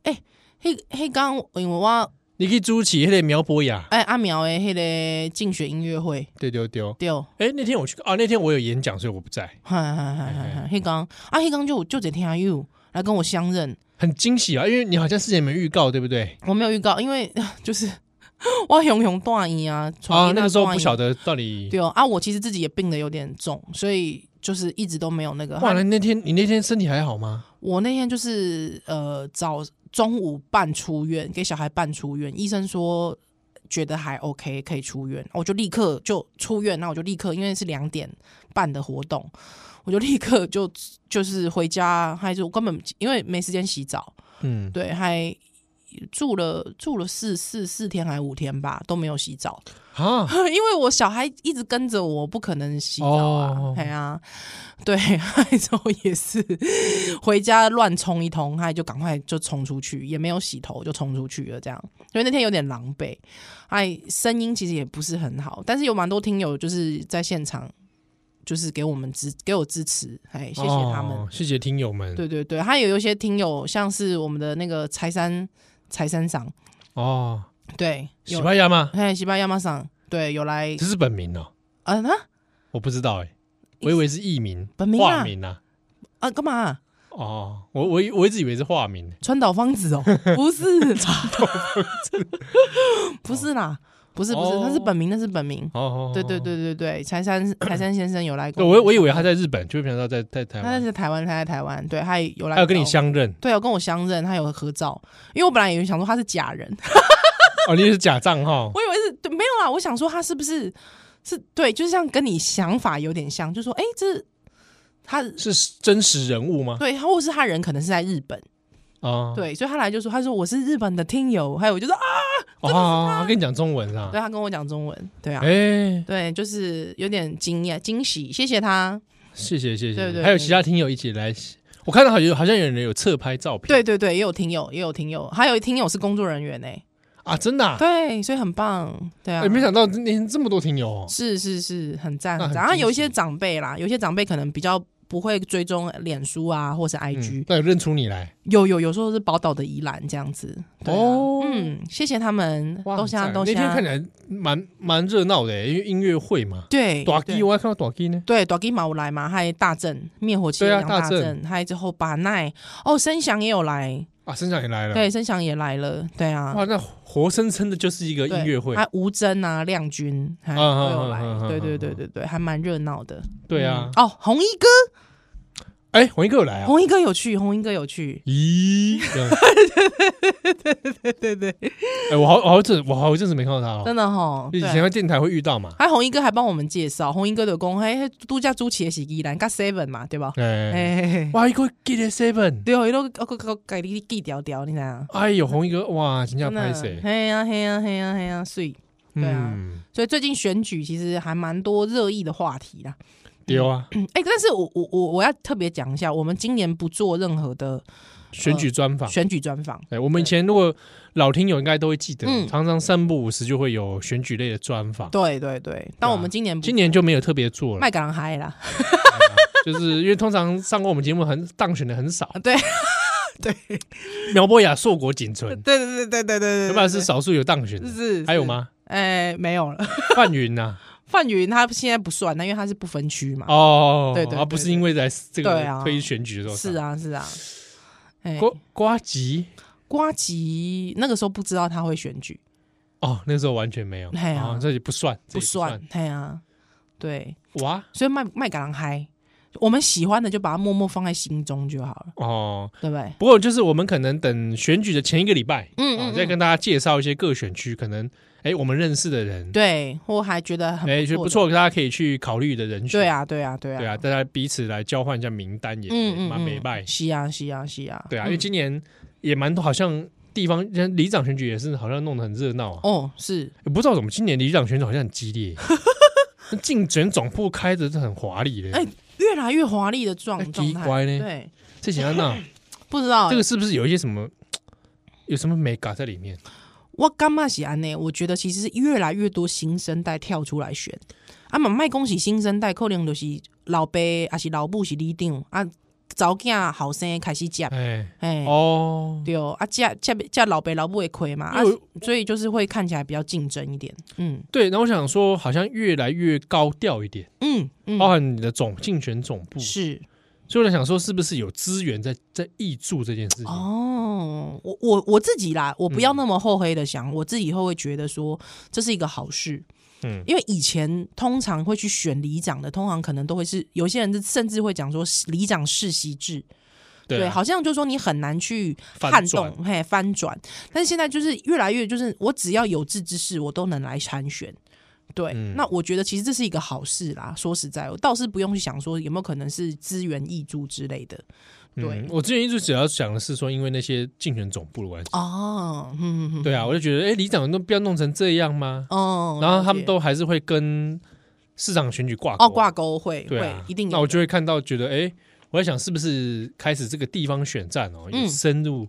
Speaker 3: 嘿嘿，刚因为我
Speaker 2: 你可以主持那个苗博雅，
Speaker 3: 哎阿苗的迄个竞选音乐会
Speaker 2: 对丢丢。
Speaker 3: 对，哦嗨
Speaker 2: 哎，那天我去啊，那天我有演讲，所以我不在，
Speaker 3: 嗨嗨嗨嗨，嘿刚啊嘿刚就就得听 you 来跟我相认，
Speaker 2: 很惊喜啊，因为你好像事前没预告，对不对？
Speaker 3: 我没有预告，因为 就是我熊熊断音啊，
Speaker 2: 啊，那个时候不晓
Speaker 3: 得
Speaker 2: 得到底。
Speaker 3: 对哦啊，我其实自己也病的有点重，所以就是一直都没有那个。
Speaker 2: 哇，那那天你那天身体还好吗？
Speaker 3: 我那天就是呃早中午办出院，给小孩办出院，医生说觉得还 OK，可以出院，我就立刻就出院，那我就立刻因为是两点半的活动，我就立刻就就是回家，还是我根本因为没时间洗澡，
Speaker 2: 嗯，
Speaker 3: 对，还。住了住了四四四天还五天吧，都没有洗澡，
Speaker 2: 啊，
Speaker 3: 因为我小孩一直跟着我，不可能洗澡啊
Speaker 2: 哦，
Speaker 3: 哎呀、对， 还之后也是回家乱冲一通，还就赶快就冲出去，也没有洗头就冲出去了，这样，所以那天有点狼狈，哎，声音其实也不是很好，但是有蛮多听友就是在现场，就是给我们支给我支持，哎，谢谢他们，
Speaker 2: 哦谢谢听友们。
Speaker 3: 对对对，还有一些听友像是我们的那个柴山柴山赏，
Speaker 2: 哦，
Speaker 3: 对，
Speaker 2: 西
Speaker 3: 有
Speaker 2: 班牙吗？
Speaker 3: 哎西班牙马赏，对，有来
Speaker 2: 这是本名哦，
Speaker 3: 啊啊
Speaker 2: 我不知道哎，我以为是艺名、
Speaker 3: 本名
Speaker 2: 化
Speaker 3: 啊
Speaker 2: 名啊。
Speaker 3: 啊干嘛啊、
Speaker 2: 哦，我我以我一直以为是化名。
Speaker 3: 川岛芳子哦， 不是川岛芳子，不是啦，不是不是，
Speaker 2: 哦
Speaker 3: 他是本名，那是本名。
Speaker 2: 哦哦，
Speaker 3: 对对
Speaker 2: 哦。
Speaker 3: 对对对，柴 山柴山先生有来
Speaker 2: 对
Speaker 3: 过，
Speaker 2: 我我以为他在日本，就没想到在在台
Speaker 3: 他
Speaker 2: 湾，
Speaker 3: 在台湾，他在台湾，对，他也有来，
Speaker 2: 还有跟你，相 认
Speaker 3: 对，有跟我相认，他有合照，因为我本来以为想说他是假人，
Speaker 2: 哦，你也是假账号
Speaker 3: 我以为是对，没有啦，我想说他是不是是对，就是像跟你想法有点像，就说哎，这是他
Speaker 2: 是真实人物吗？
Speaker 3: 对，或是他人可能是在日本，
Speaker 2: 啊，
Speaker 3: 对，所以他来就说，他说我是日本的听友，还有我就说啊，
Speaker 2: 哦，他跟你讲中文啦
Speaker 3: 对。他跟我讲中文，对啊，
Speaker 2: 哎，
Speaker 3: 对，就是有点惊讶、惊喜，谢谢他。
Speaker 2: 谢谢谢
Speaker 3: 对
Speaker 2: 谢，
Speaker 3: 对
Speaker 2: 还有其他听友一起来，我看到好像有好像有人有侧拍照片，
Speaker 3: 对对对，也有听友，也有听友，还有听友是工作人员呢、
Speaker 2: 啊，真的啊，
Speaker 3: 对，所以很棒，对啊，
Speaker 2: 哎没想到那天这么多听友哦，
Speaker 3: 是是是，很赞
Speaker 2: 那
Speaker 3: 很
Speaker 2: 很
Speaker 3: 赞。然后
Speaker 2: 惊
Speaker 3: 有一些
Speaker 2: 喜
Speaker 3: 长辈啦，有一些长辈可能比较不会追踪脸书啊，或是 IG，、
Speaker 2: 嗯那有认出你来
Speaker 3: 有有有时候是宝岛的宜兰这样子。对啊
Speaker 2: 哦
Speaker 3: 嗯，谢谢他啊们，
Speaker 2: 哇
Speaker 3: 都香
Speaker 2: 很赞
Speaker 3: 都
Speaker 2: 那天
Speaker 3: 香
Speaker 2: 看。起来蛮蛮热闹的，因为音乐会嘛，
Speaker 3: 对，
Speaker 2: 短
Speaker 3: 对
Speaker 2: 基我还看到短基呢，
Speaker 3: 对，短 G 毛有来嘛，还有大正灭火器
Speaker 2: 对啊
Speaker 3: 杨
Speaker 2: 大
Speaker 3: 大
Speaker 2: 正
Speaker 3: 正，还有之后把奈哦，声响也有来，
Speaker 2: 啊，身上也来了，
Speaker 3: 对，声响也来了，对啊，
Speaker 2: 哇，那活生生的就是一个
Speaker 3: 对
Speaker 2: 音乐会，
Speaker 3: 还吴征啊、亮君还
Speaker 2: 嗯
Speaker 3: 都
Speaker 2: 嗯
Speaker 3: 有来
Speaker 2: 嗯嗯，嗯
Speaker 3: 对
Speaker 2: 嗯
Speaker 3: 对
Speaker 2: 嗯
Speaker 3: 对对对，还蛮热闹的。
Speaker 2: 对啊，
Speaker 3: 嗯，哦，红衣哥，
Speaker 2: 哎，红衣哥有来啊，
Speaker 3: 红衣哥有去，红衣哥有去，
Speaker 2: 咦，这样
Speaker 3: 对对对，
Speaker 2: 哎，我好我好一阵我好一阵子没看到他哦，
Speaker 3: 真的哈。
Speaker 2: 以
Speaker 3: 对
Speaker 2: 前
Speaker 3: 啊
Speaker 2: 在电台会遇到嘛，
Speaker 3: 还红衣哥还帮我们介绍，红衣哥的公嘿嘿度假租企的是宜兰跟 Seven 嘛，对吧？
Speaker 2: 哎，
Speaker 3: 哎，嘿嘿嘿
Speaker 2: 哇，一个 get seven，
Speaker 3: 对哦，伊都哦个个改你记条条，你知影？
Speaker 2: 哎呦，红衣哥哇，真
Speaker 3: 真
Speaker 2: 正拍
Speaker 3: 的，
Speaker 2: 谁？
Speaker 3: 嘿呀嘿呀嘿呀嘿呀，水。对啊
Speaker 2: 嗯，
Speaker 3: 所以最近选举其实还蛮多热议的话题啦。
Speaker 2: 丢啊，
Speaker 3: 嗯哎、但是我我我我要特别讲一下，我们今年不做任何的
Speaker 2: 选举专访。
Speaker 3: 选举专访。
Speaker 2: 对，我们以前如果老听友应该都会记得，
Speaker 3: 嗯
Speaker 2: 常常三不五时就会有选举类的专访，
Speaker 3: 对对对，但我们今年不
Speaker 2: 啊今年就没有特别做了
Speaker 3: 麦，港嗨啦，
Speaker 2: 就是因为通常上过我们节目很当选的很少，
Speaker 3: 对对
Speaker 2: 苗博雅硕果仅存，
Speaker 3: 对对对对对对
Speaker 2: 要不然是少数有当选的，
Speaker 3: 是
Speaker 2: 还有？吗？
Speaker 3: 哎，没有了，
Speaker 2: 范云呐，
Speaker 3: 范云他现在不算，那因为他是不分区嘛。
Speaker 2: 哦，
Speaker 3: 对对
Speaker 2: 啊，
Speaker 3: 对
Speaker 2: 不是因为在这
Speaker 3: 对
Speaker 2: 个
Speaker 3: 啊
Speaker 2: 推选举的时候
Speaker 3: 是
Speaker 2: 啊，
Speaker 3: 啊，是啊。哎，
Speaker 2: 瓜瓜吉
Speaker 3: 瓜吉那个时候不知道他会选举，
Speaker 2: 哦，那时候完全没有，
Speaker 3: 嘿啊
Speaker 2: 啊，这也不算，这也
Speaker 3: 不
Speaker 2: 算
Speaker 3: 算，哎呀，对，
Speaker 2: 哇
Speaker 3: 所以麦麦嘎狼嗨，我们喜欢的就把它默默放在心中就好了，
Speaker 2: 哦。
Speaker 3: 对不对？
Speaker 2: 不过就是我们可能等选举的前一个礼拜，
Speaker 3: 嗯
Speaker 2: 啊
Speaker 3: 嗯，
Speaker 2: 再
Speaker 3: 嗯
Speaker 2: 跟大家介绍一些各选区可能哎我们认识的人，
Speaker 3: 嗯对，我还觉得很
Speaker 2: 哎觉得不
Speaker 3: 不
Speaker 2: 错，
Speaker 3: 错
Speaker 2: 大家可以去考虑的人
Speaker 3: 的，
Speaker 2: 选，
Speaker 3: 对，啊，对啊，对啊，
Speaker 2: 对啊，大家彼此来交换一下名单也
Speaker 3: 嗯嗯
Speaker 2: 蛮
Speaker 3: 嗯，
Speaker 2: 美拜，
Speaker 3: 是啊，是啊，是啊，
Speaker 2: 对啊，
Speaker 3: 嗯
Speaker 2: 因为今年也蛮多，好像地方像里长选举也是好像弄得很热闹啊，
Speaker 3: 哦是，
Speaker 2: 也不知道怎么今年里长选举好像很激烈， 那竞选总部开的是很华丽的，
Speaker 3: 哎越来越华丽的状
Speaker 2: 哎
Speaker 3: 状
Speaker 2: 奇
Speaker 3: 态，
Speaker 2: 怪呢
Speaker 3: 对，
Speaker 2: 这些 那
Speaker 3: 不知道
Speaker 2: 这个是不是有一些什么有什么美感在里面？
Speaker 3: 我干嘛喜安呢？我觉得其实是越来越多新生代跳出来选，啊嘛，卖恭喜新生代，可能就是老爸还是老母是里长啊，早囝后生开始接，
Speaker 2: 哎
Speaker 3: 哎、
Speaker 2: 哦，
Speaker 3: 对啊，接接接老爸老母会亏嘛，啊
Speaker 2: 因为，
Speaker 3: 所以就是会看起来比较竞争一点，嗯
Speaker 2: 对，然后我想说好像越来越高调一点，
Speaker 3: 嗯嗯，
Speaker 2: 包含你的总竞选总部，
Speaker 3: 是
Speaker 2: 所以我在想说是不是有资源在在挹注这件事情？
Speaker 3: 哦，我我我自己啦，我不
Speaker 2: 嗯
Speaker 3: 要那么厚黑的想，我自己以后会觉得说这是一个好事。
Speaker 2: 嗯
Speaker 3: 因为以前通常会去选里长的，通常可能都会是有些人甚至会讲说里长世袭制，
Speaker 2: 对啊，
Speaker 3: 好像就说你很难去撼
Speaker 2: 反转
Speaker 3: 动，嘿，翻转。但是现在就是越来越，就是我只要有志之士，我都能来参选。对，
Speaker 2: 嗯
Speaker 3: 那我觉得其实这是一个好事啦。说实在，我倒是不用去想说有没有可能是资源挹注之类的。对
Speaker 2: 嗯我之前一直只要想的是说，因为那些竞选总部的关系，
Speaker 3: 哦，嗯，嗯
Speaker 2: 对啊，我就觉得，哎，里长都不要弄成这样吗？
Speaker 3: 哦，
Speaker 2: 然后他
Speaker 3: 了
Speaker 2: 们
Speaker 3: 解
Speaker 2: 都还是会跟市长选举挂钩
Speaker 3: 哦挂钩会
Speaker 2: 对啊
Speaker 3: 会，一定
Speaker 2: 那我
Speaker 3: 有
Speaker 2: 就会看到，觉得哎、诶我在想是不是开始这个地方选战哦，
Speaker 3: 嗯
Speaker 2: 有深入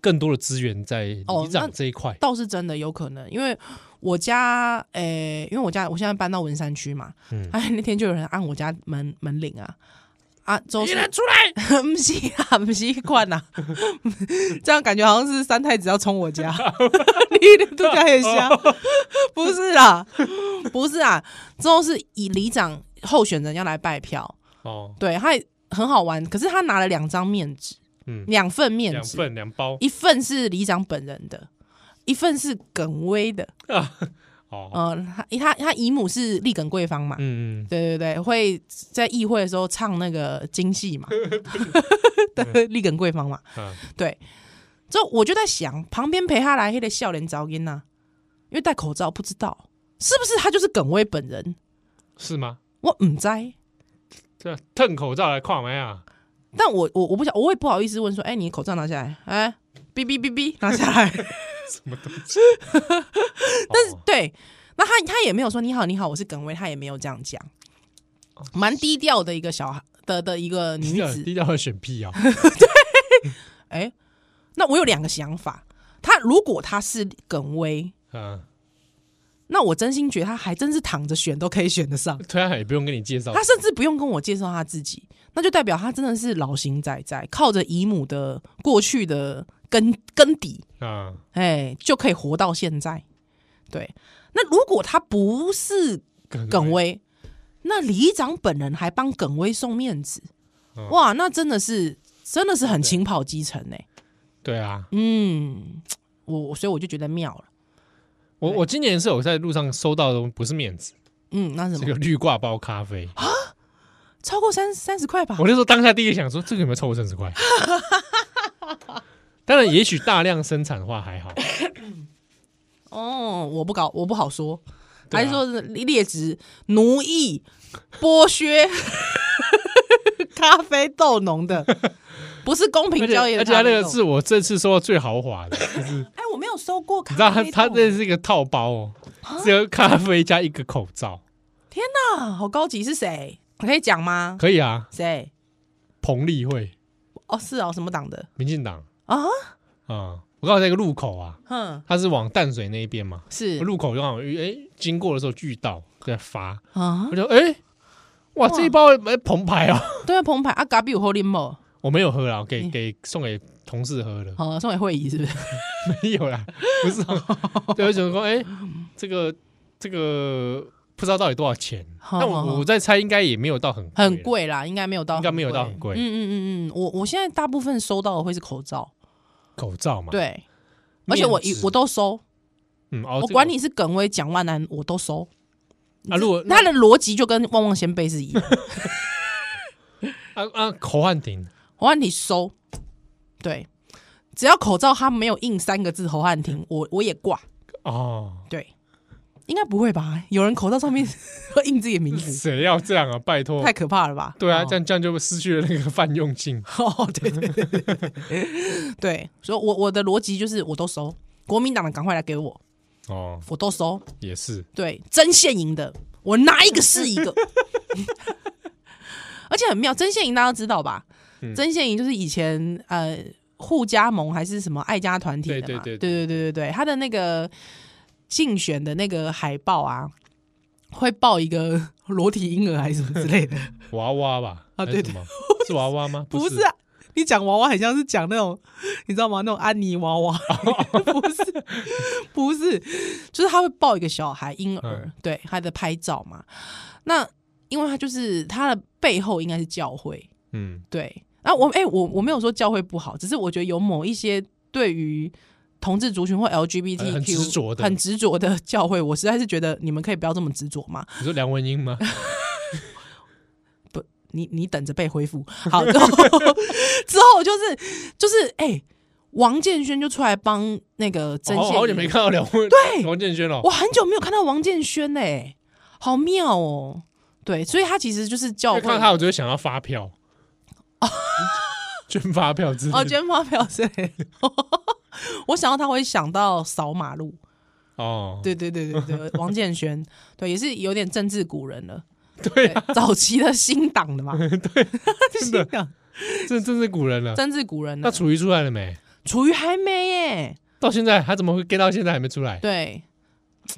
Speaker 2: 更多的资源在里
Speaker 3: 哦
Speaker 2: 长
Speaker 3: 那
Speaker 2: 这一块。
Speaker 3: 倒是真的有可能，因为我家诶、因为我家我现在搬到文山区嘛，
Speaker 2: 嗯
Speaker 3: 哎那天就有人按我家门门铃啊。啊，周
Speaker 2: 你
Speaker 3: 四
Speaker 2: 人出 来！
Speaker 3: 不是啊，不是惯啊，这样感觉好像是三太子要冲我家， 你的度假也香，
Speaker 2: 哦
Speaker 3: 不是啦，不是啊，之后是以里长候选人要来拜票，
Speaker 2: 哦，
Speaker 3: 对，他也很好玩，可是他拿了两张面纸，
Speaker 2: 嗯，
Speaker 3: 两份面
Speaker 2: 两
Speaker 3: 纸，
Speaker 2: 份两包
Speaker 3: 一份是里长本人的，一份是耿威的。
Speaker 2: 啊。哦，
Speaker 3: 呃，他他他姨母是立耿桂芳嘛，
Speaker 2: 嗯嗯，
Speaker 3: 对对对，会在议会的时候唱那个京戏 嘛， 对，立耿桂芳嘛，
Speaker 2: 嗯
Speaker 3: 对。这我就在想，旁边陪他来黑的笑脸噪音呐，因为戴口罩，不知道是不是他就是耿威本人，
Speaker 2: 是吗？
Speaker 3: 我唔知。
Speaker 2: 这蹭口罩来跨门啊！
Speaker 3: 但我我我不想，我也不好意思问说，哎、你口罩拿下来，哎、哔哔哔哔，拿下来。
Speaker 2: 但是
Speaker 3: 对，那他他也没有说你好你好，我是耿威，他也没有这样讲，蛮低调的一个小孩的的一个女子。
Speaker 2: 低调的选 屁啊！
Speaker 3: 哎、那我有两个想法，他如果他是耿威，
Speaker 2: 嗯，
Speaker 3: 那我真心觉得他还真是躺着选都可以选得上，
Speaker 2: 推然也不用跟你介绍
Speaker 3: 他，甚至不用跟我介绍他自己，那就代表他真的是老型仔仔，靠着姨母的过去的根根底，
Speaker 2: 嗯，
Speaker 3: 哎、就可以活到现在。对，那如果他不是耿威，那里长本人还帮耿威送面子，
Speaker 2: 嗯
Speaker 3: 哇，那真的是真的是很轻跑基层呢、
Speaker 2: 对啊，
Speaker 3: 嗯，我我所以我就觉得妙了。
Speaker 2: 我
Speaker 3: 对
Speaker 2: 我今年是有在路上收到的，不是面子，
Speaker 3: 嗯，那是
Speaker 2: 是
Speaker 3: 什
Speaker 2: 个
Speaker 3: 么
Speaker 2: 绿挂包咖 啡。
Speaker 3: 超过三三十块吧
Speaker 2: 我？那时候当下第一个想说，这个有没有超过三十 块？当然，也许大量生产的话还 好，
Speaker 3: 哦，我不搞，我不好说，
Speaker 2: 对啊
Speaker 3: 还是说是劣质奴役剥削 咖啡豆农的，不是公
Speaker 2: 而
Speaker 3: 平
Speaker 2: 且
Speaker 3: 交易的
Speaker 2: 而且它
Speaker 3: 咖啡
Speaker 2: 那个
Speaker 3: 豆
Speaker 2: 是我这次收到最豪华的，就是
Speaker 3: 哎，我没有收过咖
Speaker 2: 你知 道它
Speaker 3: 啡豆，
Speaker 2: 它这是一个套包哦，只有咖啡加一个口罩，
Speaker 3: 啊，好高级是谁？可以讲吗？
Speaker 2: 可以啊，
Speaker 3: 谁？
Speaker 2: 彭丽慧，
Speaker 3: 哦，是哦，什么党的
Speaker 2: 民进党
Speaker 3: 啊？
Speaker 2: 啊，我刚好在一个路口啊，
Speaker 3: 哼，
Speaker 2: 它是往淡水那一边嘛，
Speaker 3: 是
Speaker 2: 路口刚好哎经过的时候遇到在发，
Speaker 3: 啊
Speaker 2: 我，就哎哇这一包哎澎湃哦，
Speaker 3: 对啊，澎湃啊，咖比有喝林某，
Speaker 2: 我没有喝啦，我给给送给同事喝的。
Speaker 3: 嗯哦，送给会议是不是？
Speaker 2: 没有啦，不是、啊。对，我想说，哎、这个这个不知道到底多少钱，
Speaker 3: 好
Speaker 2: 但
Speaker 3: 好
Speaker 2: 我
Speaker 3: 好
Speaker 2: 我在猜应该也没有到很
Speaker 3: 很
Speaker 2: 贵
Speaker 3: 贵啦，应该没有到，
Speaker 2: 应该没有到很贵
Speaker 3: 嗯嗯嗯嗯，我我现在大部分收到的会是口罩，
Speaker 2: 啦口罩嘛。，
Speaker 3: 对，而且我一
Speaker 2: 面纸
Speaker 3: 我都收，
Speaker 2: 嗯，哦
Speaker 3: 我
Speaker 2: 这个
Speaker 3: 管你是耿威、蒋万安，我都收。
Speaker 2: 啊，如果那
Speaker 3: 他的逻辑就跟旺旺仙贝 是一样，
Speaker 2: 啊啊口汉庭
Speaker 3: 侯汉廷收，对，只要口罩他没有印三个字侯汉
Speaker 2: 嗯
Speaker 3: 廷，我我也挂，
Speaker 2: 哦，
Speaker 3: 对，应该不会吧？有人口罩上面 会印自己的名字，
Speaker 2: 谁要这样啊？拜 托
Speaker 3: 太，可怕了吧？
Speaker 2: 对啊，
Speaker 3: 哦
Speaker 2: 这样这样就失去了那个泛用性。
Speaker 3: 哦，对对对对对对，所以我我的逻辑就是我都收，国民党的赶快来给我，
Speaker 2: 哦，
Speaker 3: 我都收，
Speaker 2: 也是，
Speaker 3: 对，真现营的，我拿一个是一个。 而且很妙，真现营大家都知道吧？
Speaker 2: 嗯
Speaker 3: 真现营就是以前呃互加盟还是什么爱家团体的嘛，
Speaker 2: 对对对
Speaker 3: 对对对对对他的那个竞选的那个海报啊，会报一个裸体婴儿还是什么之类的，
Speaker 2: 娃娃吧？
Speaker 3: 啊
Speaker 2: 还是
Speaker 3: 对对
Speaker 2: 什么，是娃娃吗？
Speaker 3: 不
Speaker 2: 是
Speaker 3: 是、啊。你讲娃娃很像是讲那种，你知道吗？那种安妮娃 娃，不是，不是，就是他会抱一个小孩婴儿，
Speaker 2: 嗯
Speaker 3: 对他的拍照嘛。那因为他就是他的背后应该是教会，
Speaker 2: 嗯，
Speaker 3: 对。那我哎、我我没有说教会不好，只是我觉得有某一些对于同志族群或 LGBTQ
Speaker 2: 很执着的
Speaker 3: 很执着的教会，我实在是觉得你们可以不要这么执着嘛。
Speaker 2: 你说梁文英吗？
Speaker 3: 你你等着被恢复。好，之后之后就是就是哎、王建轩就出来帮那个
Speaker 2: 哦
Speaker 3: 曾宪、
Speaker 2: 好久没看到梁文
Speaker 3: 对
Speaker 2: 王建轩了
Speaker 3: 我，很久没有看到王建轩嘞、好妙哦。对，所以他其实就是教
Speaker 2: 因
Speaker 3: 会
Speaker 2: 为看到他，我就会想要发 票，捐发票之类的
Speaker 3: 哦，捐发票之类的。 我想到他会想到扫马路，
Speaker 2: 哦，
Speaker 3: 对对对对对，王建轩，对，也是有点政治古人了，
Speaker 2: 对啊，
Speaker 3: 对早期的新党 的嘛，对，
Speaker 2: 真
Speaker 3: 新
Speaker 2: 的
Speaker 3: 党
Speaker 2: 这真是古人了。
Speaker 3: 政治古人
Speaker 2: 那
Speaker 3: 了。
Speaker 2: 楚瑜出来了没？
Speaker 3: 楚瑜还没耶、
Speaker 2: 到现在他怎么会 get 到现在还没出来？
Speaker 3: 对，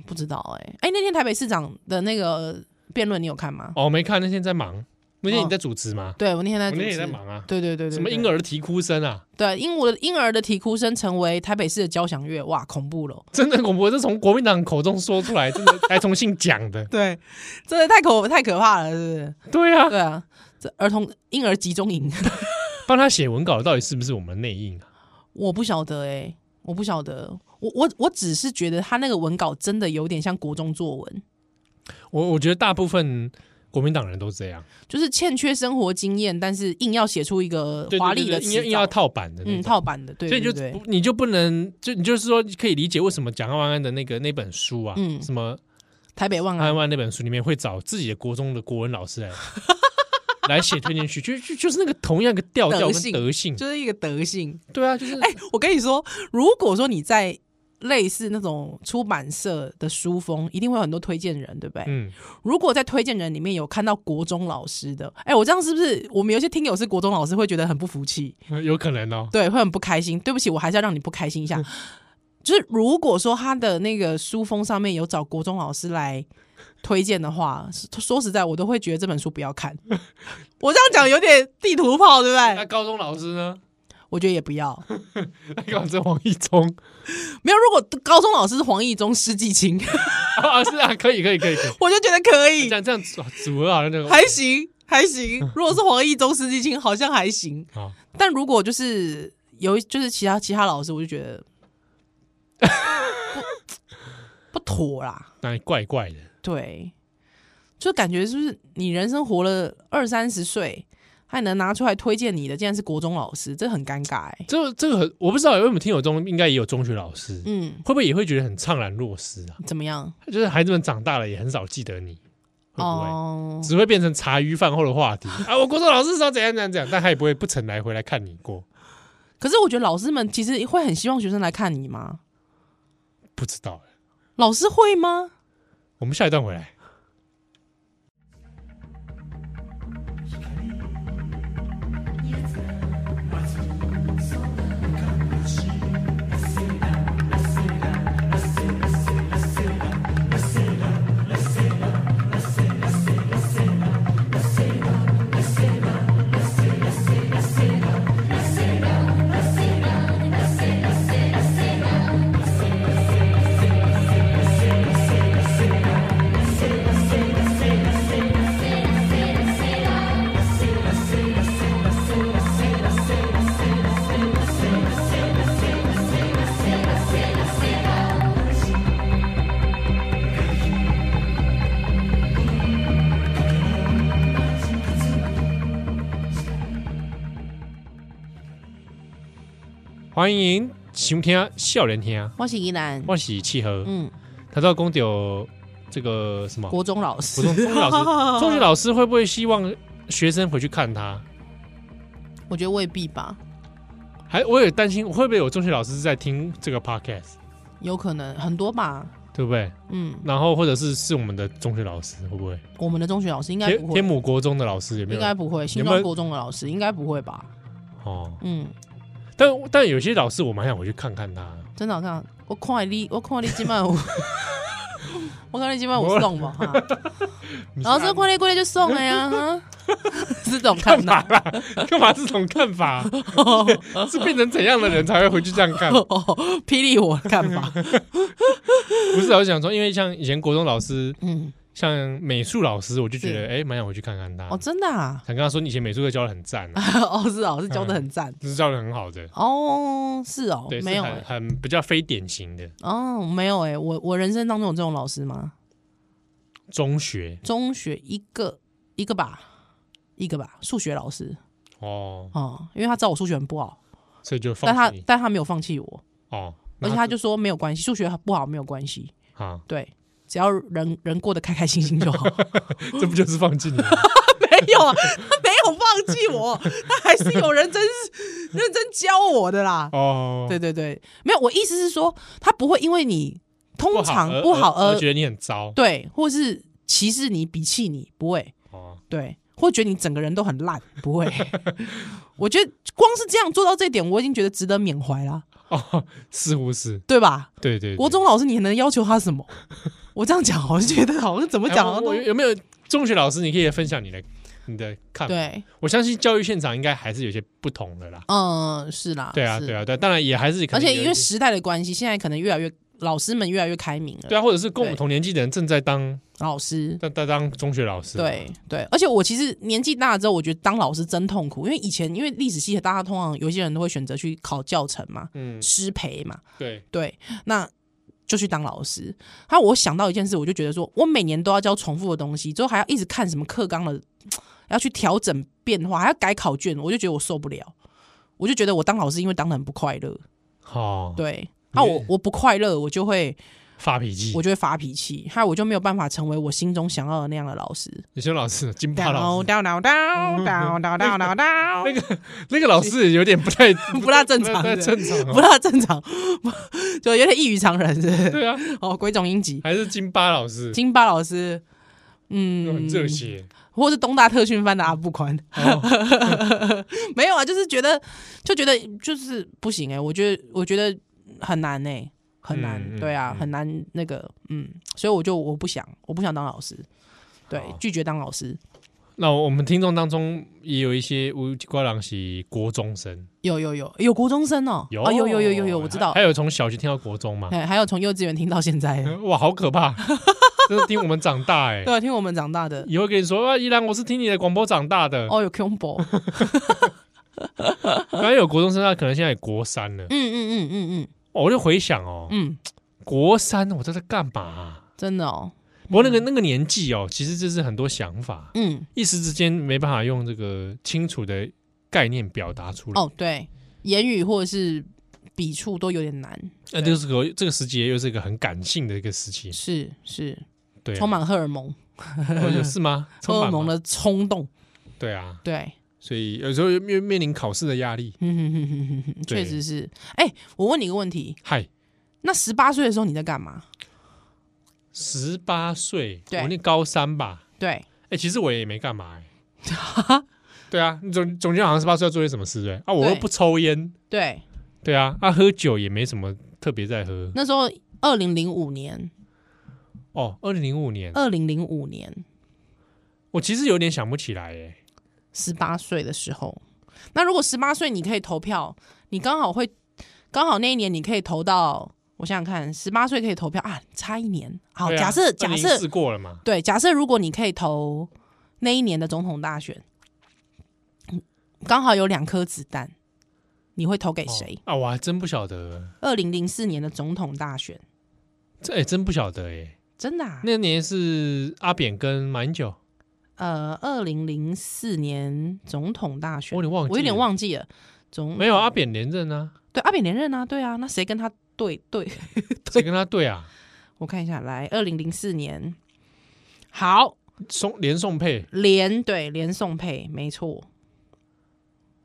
Speaker 3: 不知道哎、哎、那天台北市长的那个辩论你有看吗？
Speaker 2: 哦，没看那天在忙，那天
Speaker 3: 哦
Speaker 2: 你在主持吗？
Speaker 3: 对我那天在
Speaker 2: 我
Speaker 3: 主
Speaker 2: 那天也在
Speaker 3: 持，
Speaker 2: 忙啊。
Speaker 3: 对对对对，
Speaker 2: 什么
Speaker 3: 对
Speaker 2: 婴？儿啼哭声啊，
Speaker 3: 对，婴我的婴儿的啼哭声成为台北市的交响乐，哇，恐怖了！
Speaker 2: 真的恐怖！这从国民党口中说出来，真的还重新讲的。
Speaker 3: 对，真的太可太可怕了，是不是？
Speaker 2: 对啊，
Speaker 3: 对啊，这儿童婴儿集中营，
Speaker 2: 帮他写文稿的到底是不是我们内应啊？
Speaker 3: 我不晓得哎、我不晓得，我我我只是觉得他那个文稿真的有点像国中作文，
Speaker 2: 我我觉得大部分国民党人都这样，
Speaker 3: 就是欠缺生活经验，但是硬要写出一个
Speaker 2: 对对
Speaker 3: 华
Speaker 2: 对
Speaker 3: 丽的
Speaker 2: 对硬
Speaker 3: 词
Speaker 2: 硬要
Speaker 3: 藻，
Speaker 2: 套版的那种。
Speaker 3: 嗯，套版的，对
Speaker 2: 所以
Speaker 3: 对
Speaker 2: 就
Speaker 3: 对，
Speaker 2: 不你就不能就你就是说可以理解为什么蒋万安的那个那本书啊，
Speaker 3: 嗯
Speaker 2: 什么
Speaker 3: 台北万安
Speaker 2: 安万那本书里面会找自己的国中的国文老师 来来写推荐序，就就就是那个同样的调调
Speaker 3: 德
Speaker 2: 跟
Speaker 3: 性
Speaker 2: 德性，
Speaker 3: 就是一个德性。
Speaker 2: 对啊，就是
Speaker 3: 哎、我跟你说，如果说你在类似那种出版社的书风，一定会有很多推荐人，对不对？
Speaker 2: 嗯，
Speaker 3: 如果在推荐人里面有看到国中老师的，哎、我这样是不是我们有些听友是国中老师会觉得很不服气，
Speaker 2: 有可能哦，
Speaker 3: 对，会很不开心。对不起，我还是要让你不开心一下。 就是如果说他的那个书风上面有找国中老师来推荐的话，说实在，我都会觉得这本书不要看。 我这样讲有点地图炮，对不
Speaker 2: 那
Speaker 3: 对？
Speaker 2: 高中老师呢？
Speaker 3: 我觉得也不要。
Speaker 2: 那个这王一中
Speaker 3: 没有，如果高中老师是黄义中、施季青，
Speaker 2: 啊，是啊，可以可以可以可以，
Speaker 3: 我就觉得可以
Speaker 2: 这，样这样组组合好像那个
Speaker 3: 还行，还行。如果是黄义中、施季青，好像还行。
Speaker 2: 好，
Speaker 3: 但如果就是有一就是其他其他老师，我就觉得不不 妥啦。
Speaker 2: 那里怪怪的，
Speaker 3: 对，就感觉是不是你人生活了二三十岁，还能拿出来推荐你的，竟然是国中老师，这很尴尬哎、
Speaker 2: 这个这个很我不知道，因为我们听友中应该也有中学老师，
Speaker 3: 嗯，
Speaker 2: 会不会也会觉得很怅然若失啊？
Speaker 3: 怎么样？
Speaker 2: 就是孩子们长大了也很少记得你，会不会？
Speaker 3: 哦，
Speaker 2: 只会变成茶余饭后的话题 啊！我国中老师说怎样怎样怎样，但他也不会不曾来回来看你过，
Speaker 3: 可是我觉得老师们其实会很希望学生来看你吗？
Speaker 2: 不知道欸。
Speaker 3: 老师会吗？
Speaker 2: 我们下一段回来。
Speaker 1: Say
Speaker 2: 欢迎收听笑人听，
Speaker 3: 我是宜兰，
Speaker 2: 我是契合。
Speaker 3: 嗯，
Speaker 2: 他知道公丢这个什么
Speaker 3: 国中老
Speaker 2: 国
Speaker 3: 师，
Speaker 2: 中中学老师， 中学老师会不会希望学生回去看他？
Speaker 3: 我觉得未必吧，
Speaker 2: 还我也担心会不会有中学老师在听这个 podcast，
Speaker 3: 有可能很多吧。
Speaker 2: 对不对？
Speaker 3: 嗯，
Speaker 2: 然后或者是是我们的中学老师会不会？
Speaker 3: 我们的中学老师应该不
Speaker 2: 天天
Speaker 3: 会，
Speaker 2: 母国中的老师有没
Speaker 3: 应
Speaker 2: 有？
Speaker 3: 该不会，新
Speaker 2: 有没有
Speaker 3: 庄国中的老师应该不会吧？
Speaker 2: 哦，
Speaker 3: 嗯，
Speaker 2: 但但有些老师我蛮想回去看看 他。
Speaker 3: 真的好看，我看你，我看你今 晚有，我看你今晚有送吧？哈老师看你过来就送了呀，哈 是这种看
Speaker 2: 干
Speaker 3: 法
Speaker 2: 嘛。啦？干嘛这种看 法？是变成怎样的人才会回去这样看？
Speaker 3: 哦， 霹雳我干 嘛？
Speaker 2: 不是，我想说，因为像以前国中老师，
Speaker 3: 嗯，
Speaker 2: 像美术老师，我就觉
Speaker 3: 是
Speaker 2: 得哎，蛮、想回去看看他。
Speaker 3: 哦，真的啊，
Speaker 2: 想跟他说，你以前美术课教的很赞、啊，
Speaker 3: 哦是哦，是教的很赞。
Speaker 2: 就是教的很好的，
Speaker 3: 哦，是哦
Speaker 2: 嗯对，，
Speaker 3: 没有
Speaker 2: 是很
Speaker 3: 哎，
Speaker 2: 很比较非典型的
Speaker 3: 哦，没有哎，我我人生当中有这种老师吗？
Speaker 2: 中学
Speaker 3: 中学一个一个吧，一个吧，数学老师
Speaker 2: 哦，
Speaker 3: 哦，因为他知道我数学很不好，
Speaker 2: 所以就
Speaker 3: 但他
Speaker 2: 放弃
Speaker 3: 但他没有放弃我，
Speaker 2: 哦，
Speaker 3: 而
Speaker 2: 那
Speaker 3: 且他就说没有关系，数学不好没有关系，
Speaker 2: 啊，
Speaker 3: 对，只要人人过得开开心心就好。
Speaker 2: 这不就是放弃你吗？
Speaker 3: 没有啊，他没有放弃我，他还是有认真认真教我的啦。
Speaker 2: 哦，
Speaker 3: 对对对，没有，我意思是说，他不会因为你通
Speaker 2: 不好，
Speaker 3: 常
Speaker 2: 而
Speaker 3: 不好
Speaker 2: 而
Speaker 3: 而
Speaker 2: 而觉得你很糟
Speaker 3: 对，或是歧视你、鄙弃你，不会，
Speaker 2: 哦，
Speaker 3: 对，或觉得你整个人都很烂， 不会。我觉得光是这样做到这一点，我已经觉得值得缅怀啦，
Speaker 2: 哦，似乎是
Speaker 3: 对吧？
Speaker 2: 对对对。
Speaker 3: 国中老师，你能要求他什么？ 我这样讲，好像觉得好像怎么
Speaker 2: 哎
Speaker 3: 讲啊
Speaker 2: 我
Speaker 3: 好像
Speaker 2: 我
Speaker 3: 都
Speaker 2: 有有没有中学老师？你可以分享你的你的看法。
Speaker 3: 对，
Speaker 2: 我相信教育现场应该还是有些不同的啦。
Speaker 3: 嗯，是啦，
Speaker 2: 对啊，对
Speaker 3: 啊，
Speaker 2: 啊，对啊，当然也还是可
Speaker 3: 而
Speaker 2: 能有
Speaker 3: 且
Speaker 2: 一些，
Speaker 3: 因为时代的关系，现在可能越来越老师们越来越开明了，
Speaker 2: 对啊，啊或者是跟我们
Speaker 3: 对
Speaker 2: 同年纪的人正在当
Speaker 3: 老师
Speaker 2: 在在当中学老师。
Speaker 3: 对对，而且我其实年纪大了之后，我觉得当老师真痛苦，因为以前因为历史系大家通常有一些人都会选择去考教程嘛、
Speaker 2: 嗯，
Speaker 3: 师培嘛，
Speaker 2: 对，
Speaker 3: 对，那就去当老师。还有我想到一件事，我就觉得说我每年都要教重复的东西，之后还要一直看什么课纲的，要去调整变化，还要改考卷，我就觉得我受不了，我就觉得我当老师因为当的很不快乐，
Speaker 2: 好，
Speaker 3: 对。那、啊、我我不快乐，我就会
Speaker 2: 发脾气
Speaker 3: 我。就会发脾气，还有我就没有办法成为我心中想要的那样的老师。
Speaker 2: 有些老师 金发老
Speaker 3: 叨
Speaker 2: 师，嗯
Speaker 3: 叨叨叨 叨叨叨
Speaker 2: 那
Speaker 3: 叨叨，
Speaker 2: 个那个老师也有点不 太
Speaker 3: 不大正常
Speaker 2: 不太
Speaker 3: 是
Speaker 2: 正常
Speaker 3: 不
Speaker 2: 哦。
Speaker 3: 大正常， 不就有点异于常人是不是
Speaker 2: 对啊，
Speaker 3: 哦，鬼冢英吉、
Speaker 2: 还是金巴老师，
Speaker 3: 金巴老师，
Speaker 2: 又很
Speaker 3: 嗯，
Speaker 2: 热 血。
Speaker 3: 或是东大特训班的阿布宽，
Speaker 2: 哦
Speaker 3: 没有啊，就是觉得就觉得就是不行哎、我觉得我觉得很难哎、很难，
Speaker 2: 嗯嗯
Speaker 3: 对啊，
Speaker 2: 嗯
Speaker 3: 很难那个，嗯，所以我就我不想，我不想当老师，对
Speaker 2: 好，
Speaker 3: 拒绝当老师。
Speaker 2: 那我们听众当中也有一些乌瓜郎是国中生，
Speaker 3: 有有有有国中生哦，
Speaker 2: 有
Speaker 3: 哦有有有有有，我知道
Speaker 2: 还，还有嗯从小学听到国中嘛，
Speaker 3: 哎，还有从幼稚园听到现在的，
Speaker 2: 哇，好可 怕！真的听我们长大哎、
Speaker 3: 对，啊听我们长大的，
Speaker 2: 以后跟你说啊，依然我是听你的广播长大的。
Speaker 3: 哦，有 combo，
Speaker 2: 然后有国中生，他可能现在也国三了
Speaker 3: 嗯。嗯嗯嗯
Speaker 2: 哦我就回想哦
Speaker 3: 嗯，嗯，
Speaker 2: 国三我这是干嘛啊、
Speaker 3: 真的哦，
Speaker 2: 不过那个那个年纪哦，其实就是很多想法，
Speaker 3: 嗯，
Speaker 2: 一时之间没办法用这个清楚的概念表达出来。
Speaker 3: 哦，对，言语或者是笔触都有点难，
Speaker 2: 那就是个这个时节又是一个很感性的一个时期，
Speaker 3: 是是，
Speaker 2: 对、啊，
Speaker 3: 充满荷尔蒙，
Speaker 2: 哦有是 吗？充
Speaker 3: 荷尔
Speaker 2: 满
Speaker 3: 蒙
Speaker 2: 吗
Speaker 3: 的冲动，
Speaker 2: 对啊，
Speaker 3: 对，
Speaker 2: 所以有时候又面面临考试的压力。
Speaker 3: 哼嗯哼哼哼哼哼
Speaker 2: 对
Speaker 3: 确实是。哎，我问你一个问题，
Speaker 2: 嗨，
Speaker 3: 那十八岁的时候你在干嘛？
Speaker 2: 十八岁，
Speaker 3: 对
Speaker 2: 我念高三吧。
Speaker 3: 对，
Speaker 2: 哎、其实我也没干嘛、欸。 对啊，你总总觉得好像十八岁要做些什么事对不对啊，我又
Speaker 3: 对
Speaker 2: 不抽烟，
Speaker 3: 对，
Speaker 2: 对啊，啊喝酒也没什么特别在喝。
Speaker 3: 那时候二零零五年，
Speaker 2: 哦，二零零五年，
Speaker 3: 二零零五年
Speaker 2: 我其实有点想不起来哎耶、
Speaker 3: 十八岁的时候，那如果十八岁你可以投票，你刚好会刚好那一年你可以投到，我想想看，十八岁可以投票啊，差一年。好，
Speaker 2: 对啊
Speaker 3: 假设假设
Speaker 2: 2004过了嘛，
Speaker 3: 对，假设如果你可以投那一年的总统大选，刚好有两颗子弹，你会投给谁？
Speaker 2: 哦啊？我还真不晓得，
Speaker 3: 二零零四年的总统大选，
Speaker 2: 这哎、真不晓得哎、
Speaker 3: 真的、啊？
Speaker 2: 那年是阿扁跟马英九，
Speaker 3: 呃，二零零四年总统大选，
Speaker 2: 我有点忘记了
Speaker 3: 我有点忘记了。总
Speaker 2: 没有阿扁连任啊，
Speaker 3: 对阿扁连任啊，对啊，那谁跟他对对？
Speaker 2: 谁跟他对啊？
Speaker 3: 我看一下，来，二零零四年，好
Speaker 2: 宋连宋配
Speaker 3: 连对连宋配，没错，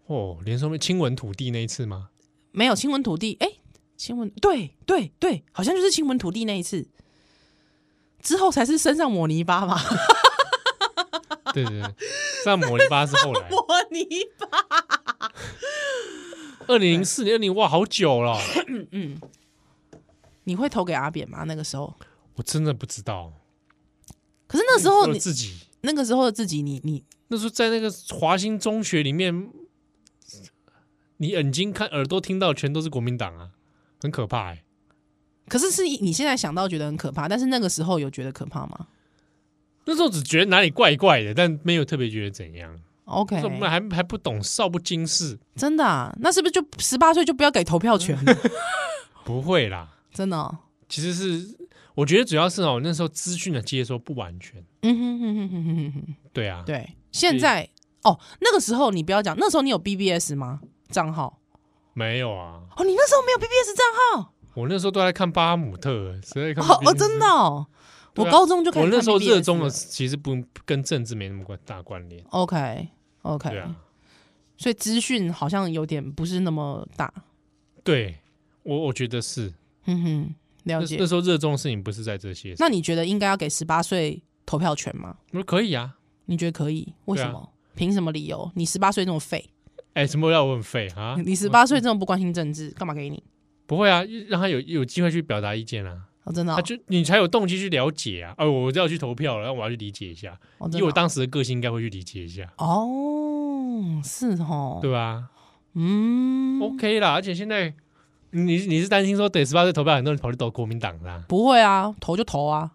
Speaker 2: 哦，连宋配亲吻土地那一次吗？
Speaker 3: 没有亲吻土地，哎、亲吻对对对，好像就是亲吻土地那一次。之后才是身上抹泥巴吧，
Speaker 2: 对对对，上抹泥巴是后 来，
Speaker 3: 抹泥巴，
Speaker 2: 二零零四年、二零哇，好久了哦，
Speaker 3: 嗯嗯，你会投给阿扁吗？那个时候，
Speaker 2: 我真的不知道。
Speaker 3: 可是那时候
Speaker 2: 我
Speaker 3: 哦你
Speaker 2: 自己
Speaker 3: 那个时候的自己，你你
Speaker 2: 那时候在那个华兴中学里面，你眼睛看、耳朵听到全都是国民党啊，很可怕哎、
Speaker 3: 可是是你现在想到觉得很可怕，但是那个时候有觉得可怕吗
Speaker 2: 那时候只觉得哪里怪怪的，但没有特别觉得怎样。
Speaker 3: ？OK，
Speaker 2: 那时候我们还还不懂，少不经事，
Speaker 3: 真的、啊，那是不是就十八岁就不要给投票权了？
Speaker 2: 不会啦。
Speaker 3: 真的哦、
Speaker 2: 其实是我觉得主要是哦，那时候资讯的接收不完全。
Speaker 3: 嗯哼哼哼哼哼哼哼，
Speaker 2: 对啊，
Speaker 3: 对，现在哦，那个时候你不要讲，那时候你有 BBS 吗？账号
Speaker 2: 没有啊，
Speaker 3: 哦，你那时候没有 BBS 账号
Speaker 2: 我那时候都在看巴姆特，实在看
Speaker 3: 哦，哦，真的、哦，
Speaker 2: 对
Speaker 3: 我
Speaker 2: 啊
Speaker 3: 高中就开始
Speaker 2: 我那
Speaker 3: 看
Speaker 2: 时候
Speaker 3: BBS
Speaker 2: 热衷的
Speaker 3: 了
Speaker 2: 其实不跟政治没那么关大关联。
Speaker 3: ，OK OK，
Speaker 2: 对啊，
Speaker 3: 所以资讯好像有点不是那么大，
Speaker 2: 对我我觉得是
Speaker 3: 哼哼，
Speaker 2: 那
Speaker 3: 了解
Speaker 2: 那。时候热衷的事情不是在这些，
Speaker 3: 那你觉得应该要给十八岁投票权吗？
Speaker 2: 我说可以啊。
Speaker 3: 你觉得可以？为
Speaker 2: 对啊
Speaker 3: 什么？凭、什么理由？你十八岁这么废，
Speaker 2: 哎，什么要我很废啊？
Speaker 3: 你十八岁这么不关心政治，干嘛给你？
Speaker 2: 不会啊，让他有有机会去表达意见啊，
Speaker 3: 哦，真的、哦
Speaker 2: 他，就你才有动机去了解啊。哦，我要去投票了，那我要去理解一下，
Speaker 3: 哦真
Speaker 2: 以
Speaker 3: 的
Speaker 2: 我
Speaker 3: 哦
Speaker 2: 当时的个性，应该会去理解一下，
Speaker 3: 哦，是哦，
Speaker 2: 对哦吧
Speaker 3: 嗯
Speaker 2: ？OK 啦，而且现在你你是担心说得十八岁投票，很多人跑去投国民党啦，
Speaker 3: 不会啊，投就投啊，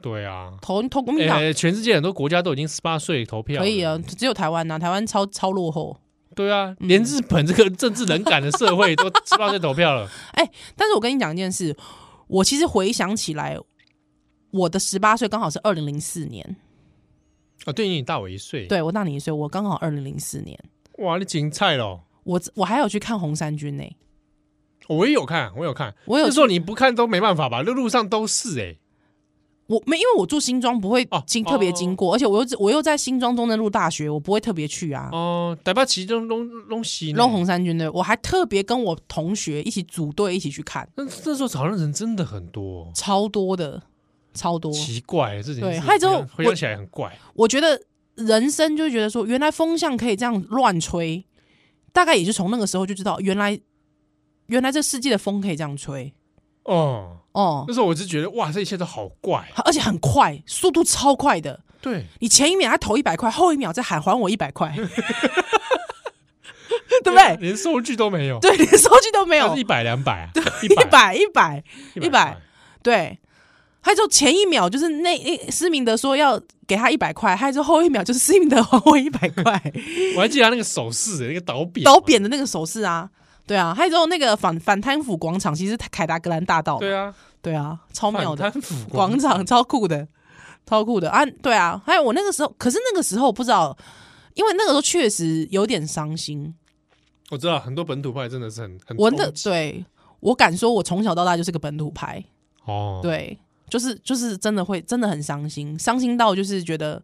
Speaker 2: 对啊。
Speaker 3: 投投国民党、
Speaker 2: 哎，全世界很多国家都已经十八岁投票，
Speaker 3: 可以啊，。嗯只有台湾呐、啊，台湾超超落后。
Speaker 2: 对啊，连日本这个政治冷感的社会 都十八岁投票了，
Speaker 3: 但是我跟你讲一件事，我其实回想起来，我的十八岁刚好是二零零四年，
Speaker 2: 啊，对你大我一岁，
Speaker 3: 对我大你一岁，我刚好二零零四年，
Speaker 2: 哇，你精彩咯！
Speaker 3: 我我还有去看红衫军呢、
Speaker 2: 我也有看，我有看，
Speaker 3: 我有
Speaker 2: 那时候你不看都没办法吧？那路上都是哎、
Speaker 3: 我没，因为我住新庄不会
Speaker 2: 哦
Speaker 3: 经、
Speaker 2: 哦
Speaker 3: 特别经过，而且我又我又在新庄中正路大学，我不会特别去啊。
Speaker 2: 哦，台北市中拢拢是呢
Speaker 3: 弄红衫军的，我还特别跟我同学一起组队一起去看，
Speaker 2: 那那时候好像人真的很多哦、
Speaker 3: 超多的，超多。
Speaker 2: 奇怪、这件
Speaker 3: 哦对
Speaker 2: 事
Speaker 3: 还有之
Speaker 2: 回
Speaker 3: 后
Speaker 2: 想回
Speaker 3: 我
Speaker 2: 想起来很怪，
Speaker 3: 我觉得人生就觉得说，原来风向可以这样乱吹，大概也是从那个时候就知道，原来原来这世界的风可以这样吹
Speaker 2: 哦，
Speaker 3: 哦，
Speaker 2: 那时候我就觉得哇，这一切都好怪，啊
Speaker 3: 而且很快，速度超快的。
Speaker 2: 对，
Speaker 3: 你前一秒还投一百块，后一秒再喊还我一百 块，对不对？
Speaker 2: 连收据都没有，
Speaker 3: 对，连收据都没有
Speaker 2: 啊一，百两百啊，一
Speaker 3: 一百一百，
Speaker 2: 一
Speaker 3: 一百，对。还就前一秒就是那一施明德说要给他一百块，还就后一秒就是施明德还我一百块，
Speaker 2: 我还记得他那个手势、那个倒扁，
Speaker 3: 倒，扁的那个手势啊，对啊，还有那个反反贪腐广场，其实是凯达格兰大道嘛，
Speaker 2: 对啊，
Speaker 3: 对啊，超妙的
Speaker 2: 反贪腐
Speaker 3: 广场，超酷的，超酷的啊，对啊，还有我那个时候，可是那个时候不知道，因为那个时候确实有点伤心，
Speaker 2: 我知道很多本土派真的是很很
Speaker 3: 我那
Speaker 2: 冲击
Speaker 3: 对我敢说，我从小到大就是个本土派，
Speaker 2: 哦，
Speaker 3: 对，就是就是真的会真的很伤心，伤心到就是觉得，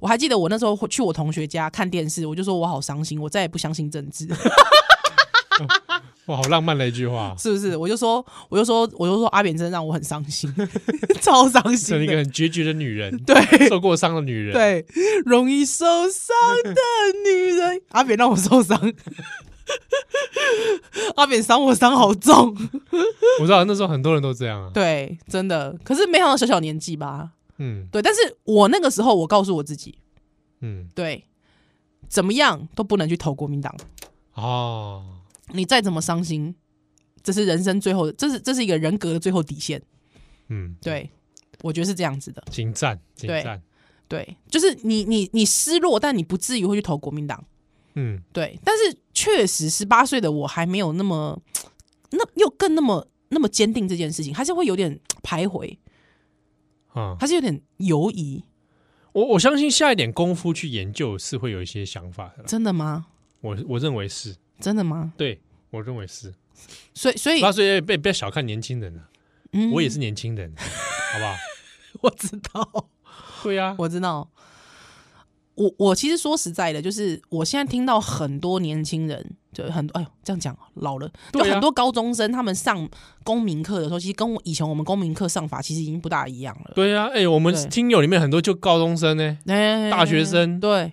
Speaker 3: 我还记得我那时候会去我同学家看电视，我就说我好伤心，我再也不相信政治，
Speaker 2: 哇，好浪漫的一句话，
Speaker 3: 是不是？我就说我就说我就说阿扁真的让我很伤心， 超伤
Speaker 2: 成了
Speaker 3: 心
Speaker 2: 一个
Speaker 3: 的，
Speaker 2: 很决绝的女人，
Speaker 3: 对
Speaker 2: 受过伤的女人，，
Speaker 3: 对，容易受伤的女人，阿扁让我受伤。阿扁伤我伤好重，
Speaker 2: 我知道那时候很多人都这样啊，
Speaker 3: 对，真的。可是没想到小小年纪吧，
Speaker 2: 嗯
Speaker 3: 对。但是我那个时候，我告诉我自己，
Speaker 2: 嗯，
Speaker 3: 对，怎么样都不能去投国民党。
Speaker 2: 哦，
Speaker 3: 你再怎么伤心，这是人生最后，这是这是一个人格的最后底线。
Speaker 2: 嗯，，
Speaker 3: 对，我觉得是这样子的。
Speaker 2: 精湛，精
Speaker 3: 对
Speaker 2: 湛，
Speaker 3: 对，就是你你你失落，但你不至于会去投国民党。
Speaker 2: 嗯，
Speaker 3: 对，但是确实十八岁的我还没有那么那又更那么那么坚定这件事情，还是会有点徘徊，
Speaker 2: 啊、
Speaker 3: 还是有点犹疑。
Speaker 2: 我我相信下一点功夫去研究是会有一些想法的啦，
Speaker 3: 真的吗？
Speaker 2: 我我认为是，
Speaker 3: 真的吗？
Speaker 2: 对我认为是
Speaker 3: 所以所以
Speaker 2: 八岁，别不要小看年轻人了，
Speaker 3: 嗯
Speaker 2: 我也是年轻人，好不好？
Speaker 3: 我知道，
Speaker 2: 对呀，
Speaker 3: 我知道。我我其实说实在的，就是我现在听到很多年轻人，就很哎呦这样讲老了，就
Speaker 2: 对啊
Speaker 3: 很多高中生他们上公民课的时候，其实跟我以前我们公民课上法其实已经不大一样了。
Speaker 2: 对呀，哎，我们
Speaker 3: 对
Speaker 2: 听友里面很多就高中生呢，
Speaker 3: 哎
Speaker 2: 大学生
Speaker 3: 对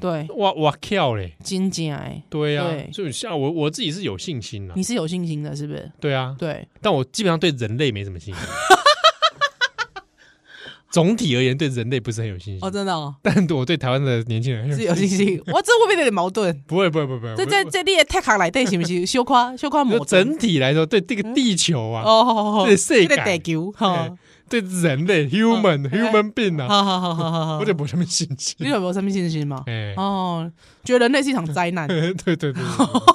Speaker 3: 对，
Speaker 2: 哇哇跳嘞，
Speaker 3: 金进哎，
Speaker 2: 对呀，
Speaker 3: 对
Speaker 2: 所以像我我自己是有信心啦
Speaker 3: 你，是有信心的，是不是？
Speaker 2: 对啊，
Speaker 3: 对，
Speaker 2: 但我基本上对人类没什么信心，总体而言对人类不是很有信
Speaker 3: 哦，
Speaker 2: 心，
Speaker 3: 真的哦，
Speaker 2: 但我对台湾的年轻人
Speaker 3: 是有信心。哇，这会不会有点矛盾？
Speaker 2: 不会不会不会不会，
Speaker 3: 这在
Speaker 2: 我
Speaker 3: 这列 t 卡来对是不是？小夸小夸
Speaker 2: 就
Speaker 3: 矛盾
Speaker 2: 整体来说，对这个地球啊，
Speaker 3: 哦好，好好
Speaker 2: 对世界
Speaker 3: 这个地球哈，
Speaker 2: 对人
Speaker 3: 哦
Speaker 2: 类 human
Speaker 3: 哎
Speaker 2: human being 啊，
Speaker 3: 好好好好好好，
Speaker 2: 我就没什么信心
Speaker 3: 你。有没有生命信心吗？
Speaker 2: 哎，，
Speaker 3: 哦，觉得人类是一场灾难
Speaker 2: 对对对对，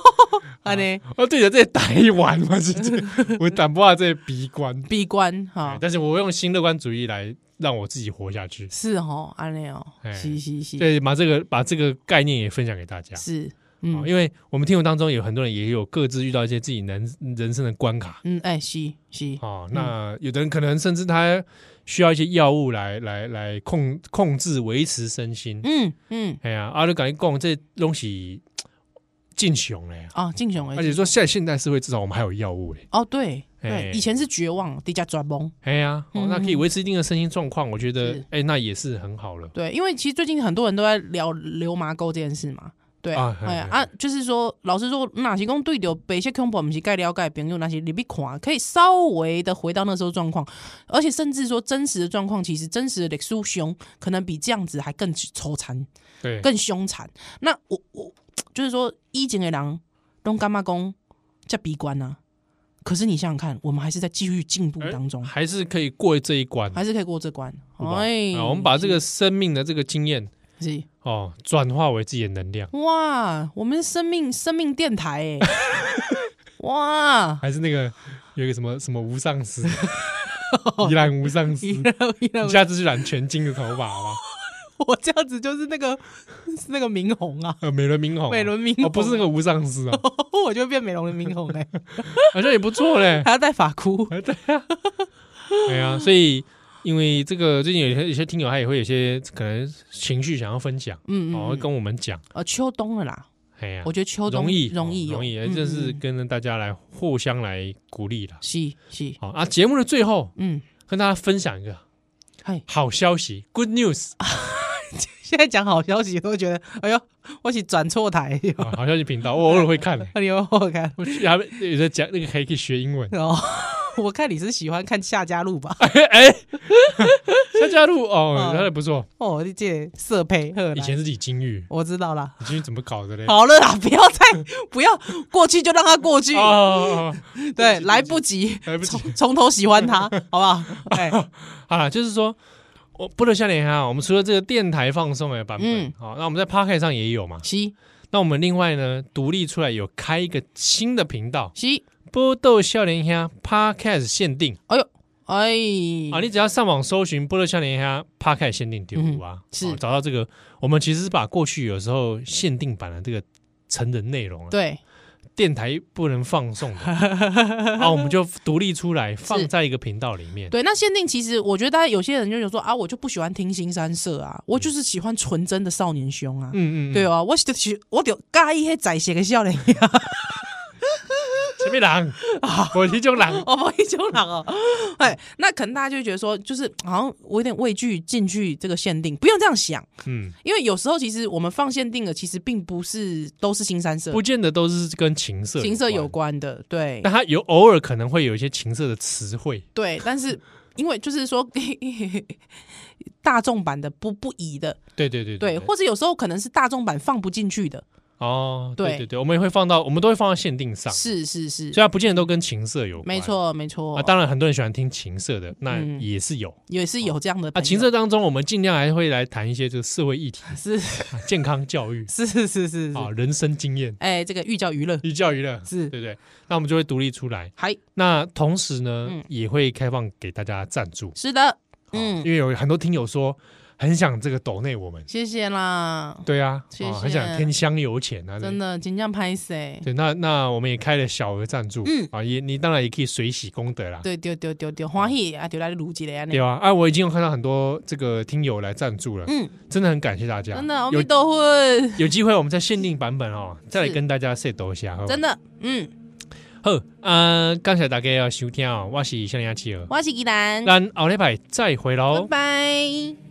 Speaker 3: 啊呢，
Speaker 2: 我哦对着这台湾嘛，是这， 我打不到这鼻关，
Speaker 3: 闭关哈
Speaker 2: 哎，但是我用新乐观主义来让我自己活下去。
Speaker 3: 是哦，安尼哦
Speaker 2: 哎，
Speaker 3: 是是是
Speaker 2: 对，把这个把这个概念也分享给大家。
Speaker 3: 是，
Speaker 2: 哦
Speaker 3: 嗯
Speaker 2: 因为我们听友当中有很多人也有各自遇到一些自己人人生的关卡
Speaker 3: 嗯，哎是是，
Speaker 2: 哦，那有的人可能甚至他需要一些药物来来来控控制维持身心。
Speaker 3: 嗯嗯
Speaker 2: 哎呀，阿鲁赶紧讲这东西进雄嘞，
Speaker 3: 啊，敬雄为
Speaker 2: 而且
Speaker 3: 敬
Speaker 2: 说现在现代社会至少我们还有药物嘞。
Speaker 3: 哦对
Speaker 2: 哎
Speaker 3: 对，以前是绝望，底下抓崩。
Speaker 2: 哎呀，哦
Speaker 3: 嗯
Speaker 2: 那可以维持一定的身心状况，我觉得
Speaker 3: 是
Speaker 2: 哎那也是很好了。
Speaker 3: 对，因为其实最近很多人都在聊流麻沟这件事嘛。对啊
Speaker 2: 啊，
Speaker 3: 哎呀
Speaker 2: 嘿
Speaker 3: 啊，就是说，老实说，哪些讲对流北些恐怖，不是该了解朋友那些，你别看，可以稍微的回到那时候状况，而且甚至说真实的状况，其实真实的历史凶，可能比这样子还更愁惨，
Speaker 2: 对，
Speaker 3: 更凶残。那我我就是说，以前的人都干妈公在闭关啊，可是你想想看，我们还是在继续进步
Speaker 2: 哎
Speaker 3: 当中，
Speaker 2: 还是可以过这一关。
Speaker 3: 还是可以过这关。
Speaker 2: 好不好
Speaker 3: 哎，
Speaker 2: 啊我们把这个生命的这个经验
Speaker 3: 是
Speaker 2: 哦，转化为自己的能量，
Speaker 3: 哇，我们是生命生命电台哎、 哇，
Speaker 2: 还是那个有一个什么什么无上师， 依然无上师，你下次去染全金的头发好吗？
Speaker 3: 我这样子就是那个 是那个明红啊，
Speaker 2: 呃，美轮明宏啊，
Speaker 3: 美轮明
Speaker 2: 哦，不是那个无上师啊，
Speaker 3: 我就变美容的明红哎、
Speaker 2: 好像也不错嘞。
Speaker 3: 还要戴发 箍，
Speaker 2: 啊，对啊，对啊，所以因为这个最近有些有些听友他也会有些可能情绪想要分享，
Speaker 3: 嗯嗯，
Speaker 2: 哦，会
Speaker 3: 嗯
Speaker 2: 跟我们讲，
Speaker 3: 呃，秋冬了啦，
Speaker 2: 哎呀
Speaker 3: 我，觉得秋冬
Speaker 2: 容易
Speaker 3: 容易
Speaker 2: 哦
Speaker 3: 有
Speaker 2: 容易，
Speaker 3: 嗯
Speaker 2: 这是
Speaker 3: 嗯嗯
Speaker 2: 跟着大家来互相来鼓励啦。
Speaker 3: 是是，
Speaker 2: 好啊，节目的最后
Speaker 3: 嗯，
Speaker 2: 跟大家分享一个
Speaker 3: 嗨，
Speaker 2: 好消息，good news，
Speaker 3: 现在讲好消息都觉得，哎呦，我是转错台，哎
Speaker 2: 啊好消息频道，我偶尔会 看嘞，
Speaker 3: 你有我看，
Speaker 2: 我去他们有在讲那个还可以学英文
Speaker 3: 哦。我看你是喜欢看夏家路吧？
Speaker 2: 哎，夏家路哦
Speaker 3: 哦，
Speaker 2: 他的不错，
Speaker 3: 哦，你这色胚，呵啦
Speaker 2: 以前是李金玉，
Speaker 3: 我知道啦。
Speaker 2: 李金玉怎么搞的嘞？
Speaker 3: 好了啦， 不要再不要过去就让他过去，
Speaker 2: 哦哦，哦
Speaker 3: 对，来不及，
Speaker 2: 来不及。
Speaker 3: 从从头喜 欢他，好不好？哎，
Speaker 2: 好啦，就是说，我不得笑脸哈，我们除了这个电台放送的版本
Speaker 3: 嗯，
Speaker 2: 好、那我们在 p o c k e t 上也有嘛。
Speaker 3: 西
Speaker 2: 那我们另外呢，独立出来有开一个新的频道
Speaker 3: 西，
Speaker 2: “波豆笑脸虾 Podcast 限定”
Speaker 3: 哎呦，哎，
Speaker 2: 啊，你只要上网搜寻“波豆笑脸虾 Podcast 限定”丢五啊，
Speaker 3: 嗯是
Speaker 2: 哦找到这个。我们其实是把过去有时候限定版的这个成人内容啊，
Speaker 3: 对，
Speaker 2: 电台不能放送 的，啊，我们就独立出来放在一个频道里面。
Speaker 3: 对，那限定其实我觉得大家有些人就有说啊，我就不喜欢听新三社啊，我就是喜欢纯真的少年凶啊。
Speaker 2: 嗯嗯，
Speaker 3: 对
Speaker 2: 哦，
Speaker 3: 啊，我就喜我就介意迄在写个少年，
Speaker 2: 前面狼，我是种狼，
Speaker 3: 我不一种人哦。哎，那可能大家就会觉得说，就是好像我有点畏惧进去这个限定，不用这样想。
Speaker 2: 嗯。
Speaker 3: 因为有时候其实我们放限定的，其实并不是都是新三色
Speaker 2: 不，见得都是跟情色
Speaker 3: 情色有，关的，对
Speaker 2: 但它有偶尔可能会有一些情色的词汇，
Speaker 3: 对。但是因为就是说， 大众版的不不宜的，
Speaker 2: 对对对
Speaker 3: 对，或者有时候可能是大众版放不进去的，
Speaker 2: 哦，对
Speaker 3: 对
Speaker 2: 对对，我们也会放到，我们都会放到限定上，
Speaker 3: 是是是
Speaker 2: 虽，然不见得都跟情色有关，
Speaker 3: 没错没错
Speaker 2: 啊。，当然，很多人喜欢听情色的，那
Speaker 3: 嗯
Speaker 2: 也是有
Speaker 3: 也是有这样的
Speaker 2: 啊。
Speaker 3: 朋友
Speaker 2: 情色当中，我们尽量还会来谈一些这个社会议题、
Speaker 3: 是
Speaker 2: 啊健康教育
Speaker 3: 是是是是，
Speaker 2: 啊、人生经验、
Speaker 3: 哎，这个寓教于 乐
Speaker 2: 寓教于乐，
Speaker 3: 是
Speaker 2: 对不对？那我们就会独立出来。
Speaker 3: 还
Speaker 2: 那同时呢，
Speaker 3: 嗯
Speaker 2: 也会开放给大家赞助，
Speaker 3: 是的，
Speaker 2: 嗯，
Speaker 3: 嗯
Speaker 2: 因为有很多听友说，很想这个抖内我们，
Speaker 3: 谢谢啦，
Speaker 2: 对啊，
Speaker 3: 谢
Speaker 2: 啊
Speaker 3: 谢
Speaker 2: 很想添香油钱啊，
Speaker 3: 真
Speaker 2: 的。
Speaker 3: 的，金匠拍谁？
Speaker 2: 对，啊那那我们也开了小额赞助，
Speaker 3: 嗯
Speaker 2: 啊，也你当然也可以水洗功德啦，
Speaker 3: 对对对对对，欢喜啊，就来录一个安
Speaker 2: 对
Speaker 3: 尼。
Speaker 2: 吧？啊，我已经有看到很多这个听友来赞助了，
Speaker 3: 嗯，
Speaker 2: 真的很感谢大家，
Speaker 3: 真的，阿
Speaker 2: 有
Speaker 3: 弥陀佛，
Speaker 2: 有机会我们在限定版本哦，再来
Speaker 3: 是
Speaker 2: 跟大家 say 多一下，好不好
Speaker 3: 真的，嗯，
Speaker 2: 好，呃，感谢大家要收听哦，我是向亚企鹅，
Speaker 3: 我是鸡蛋，
Speaker 2: 咱后礼拜再回喽
Speaker 3: 拜。拜。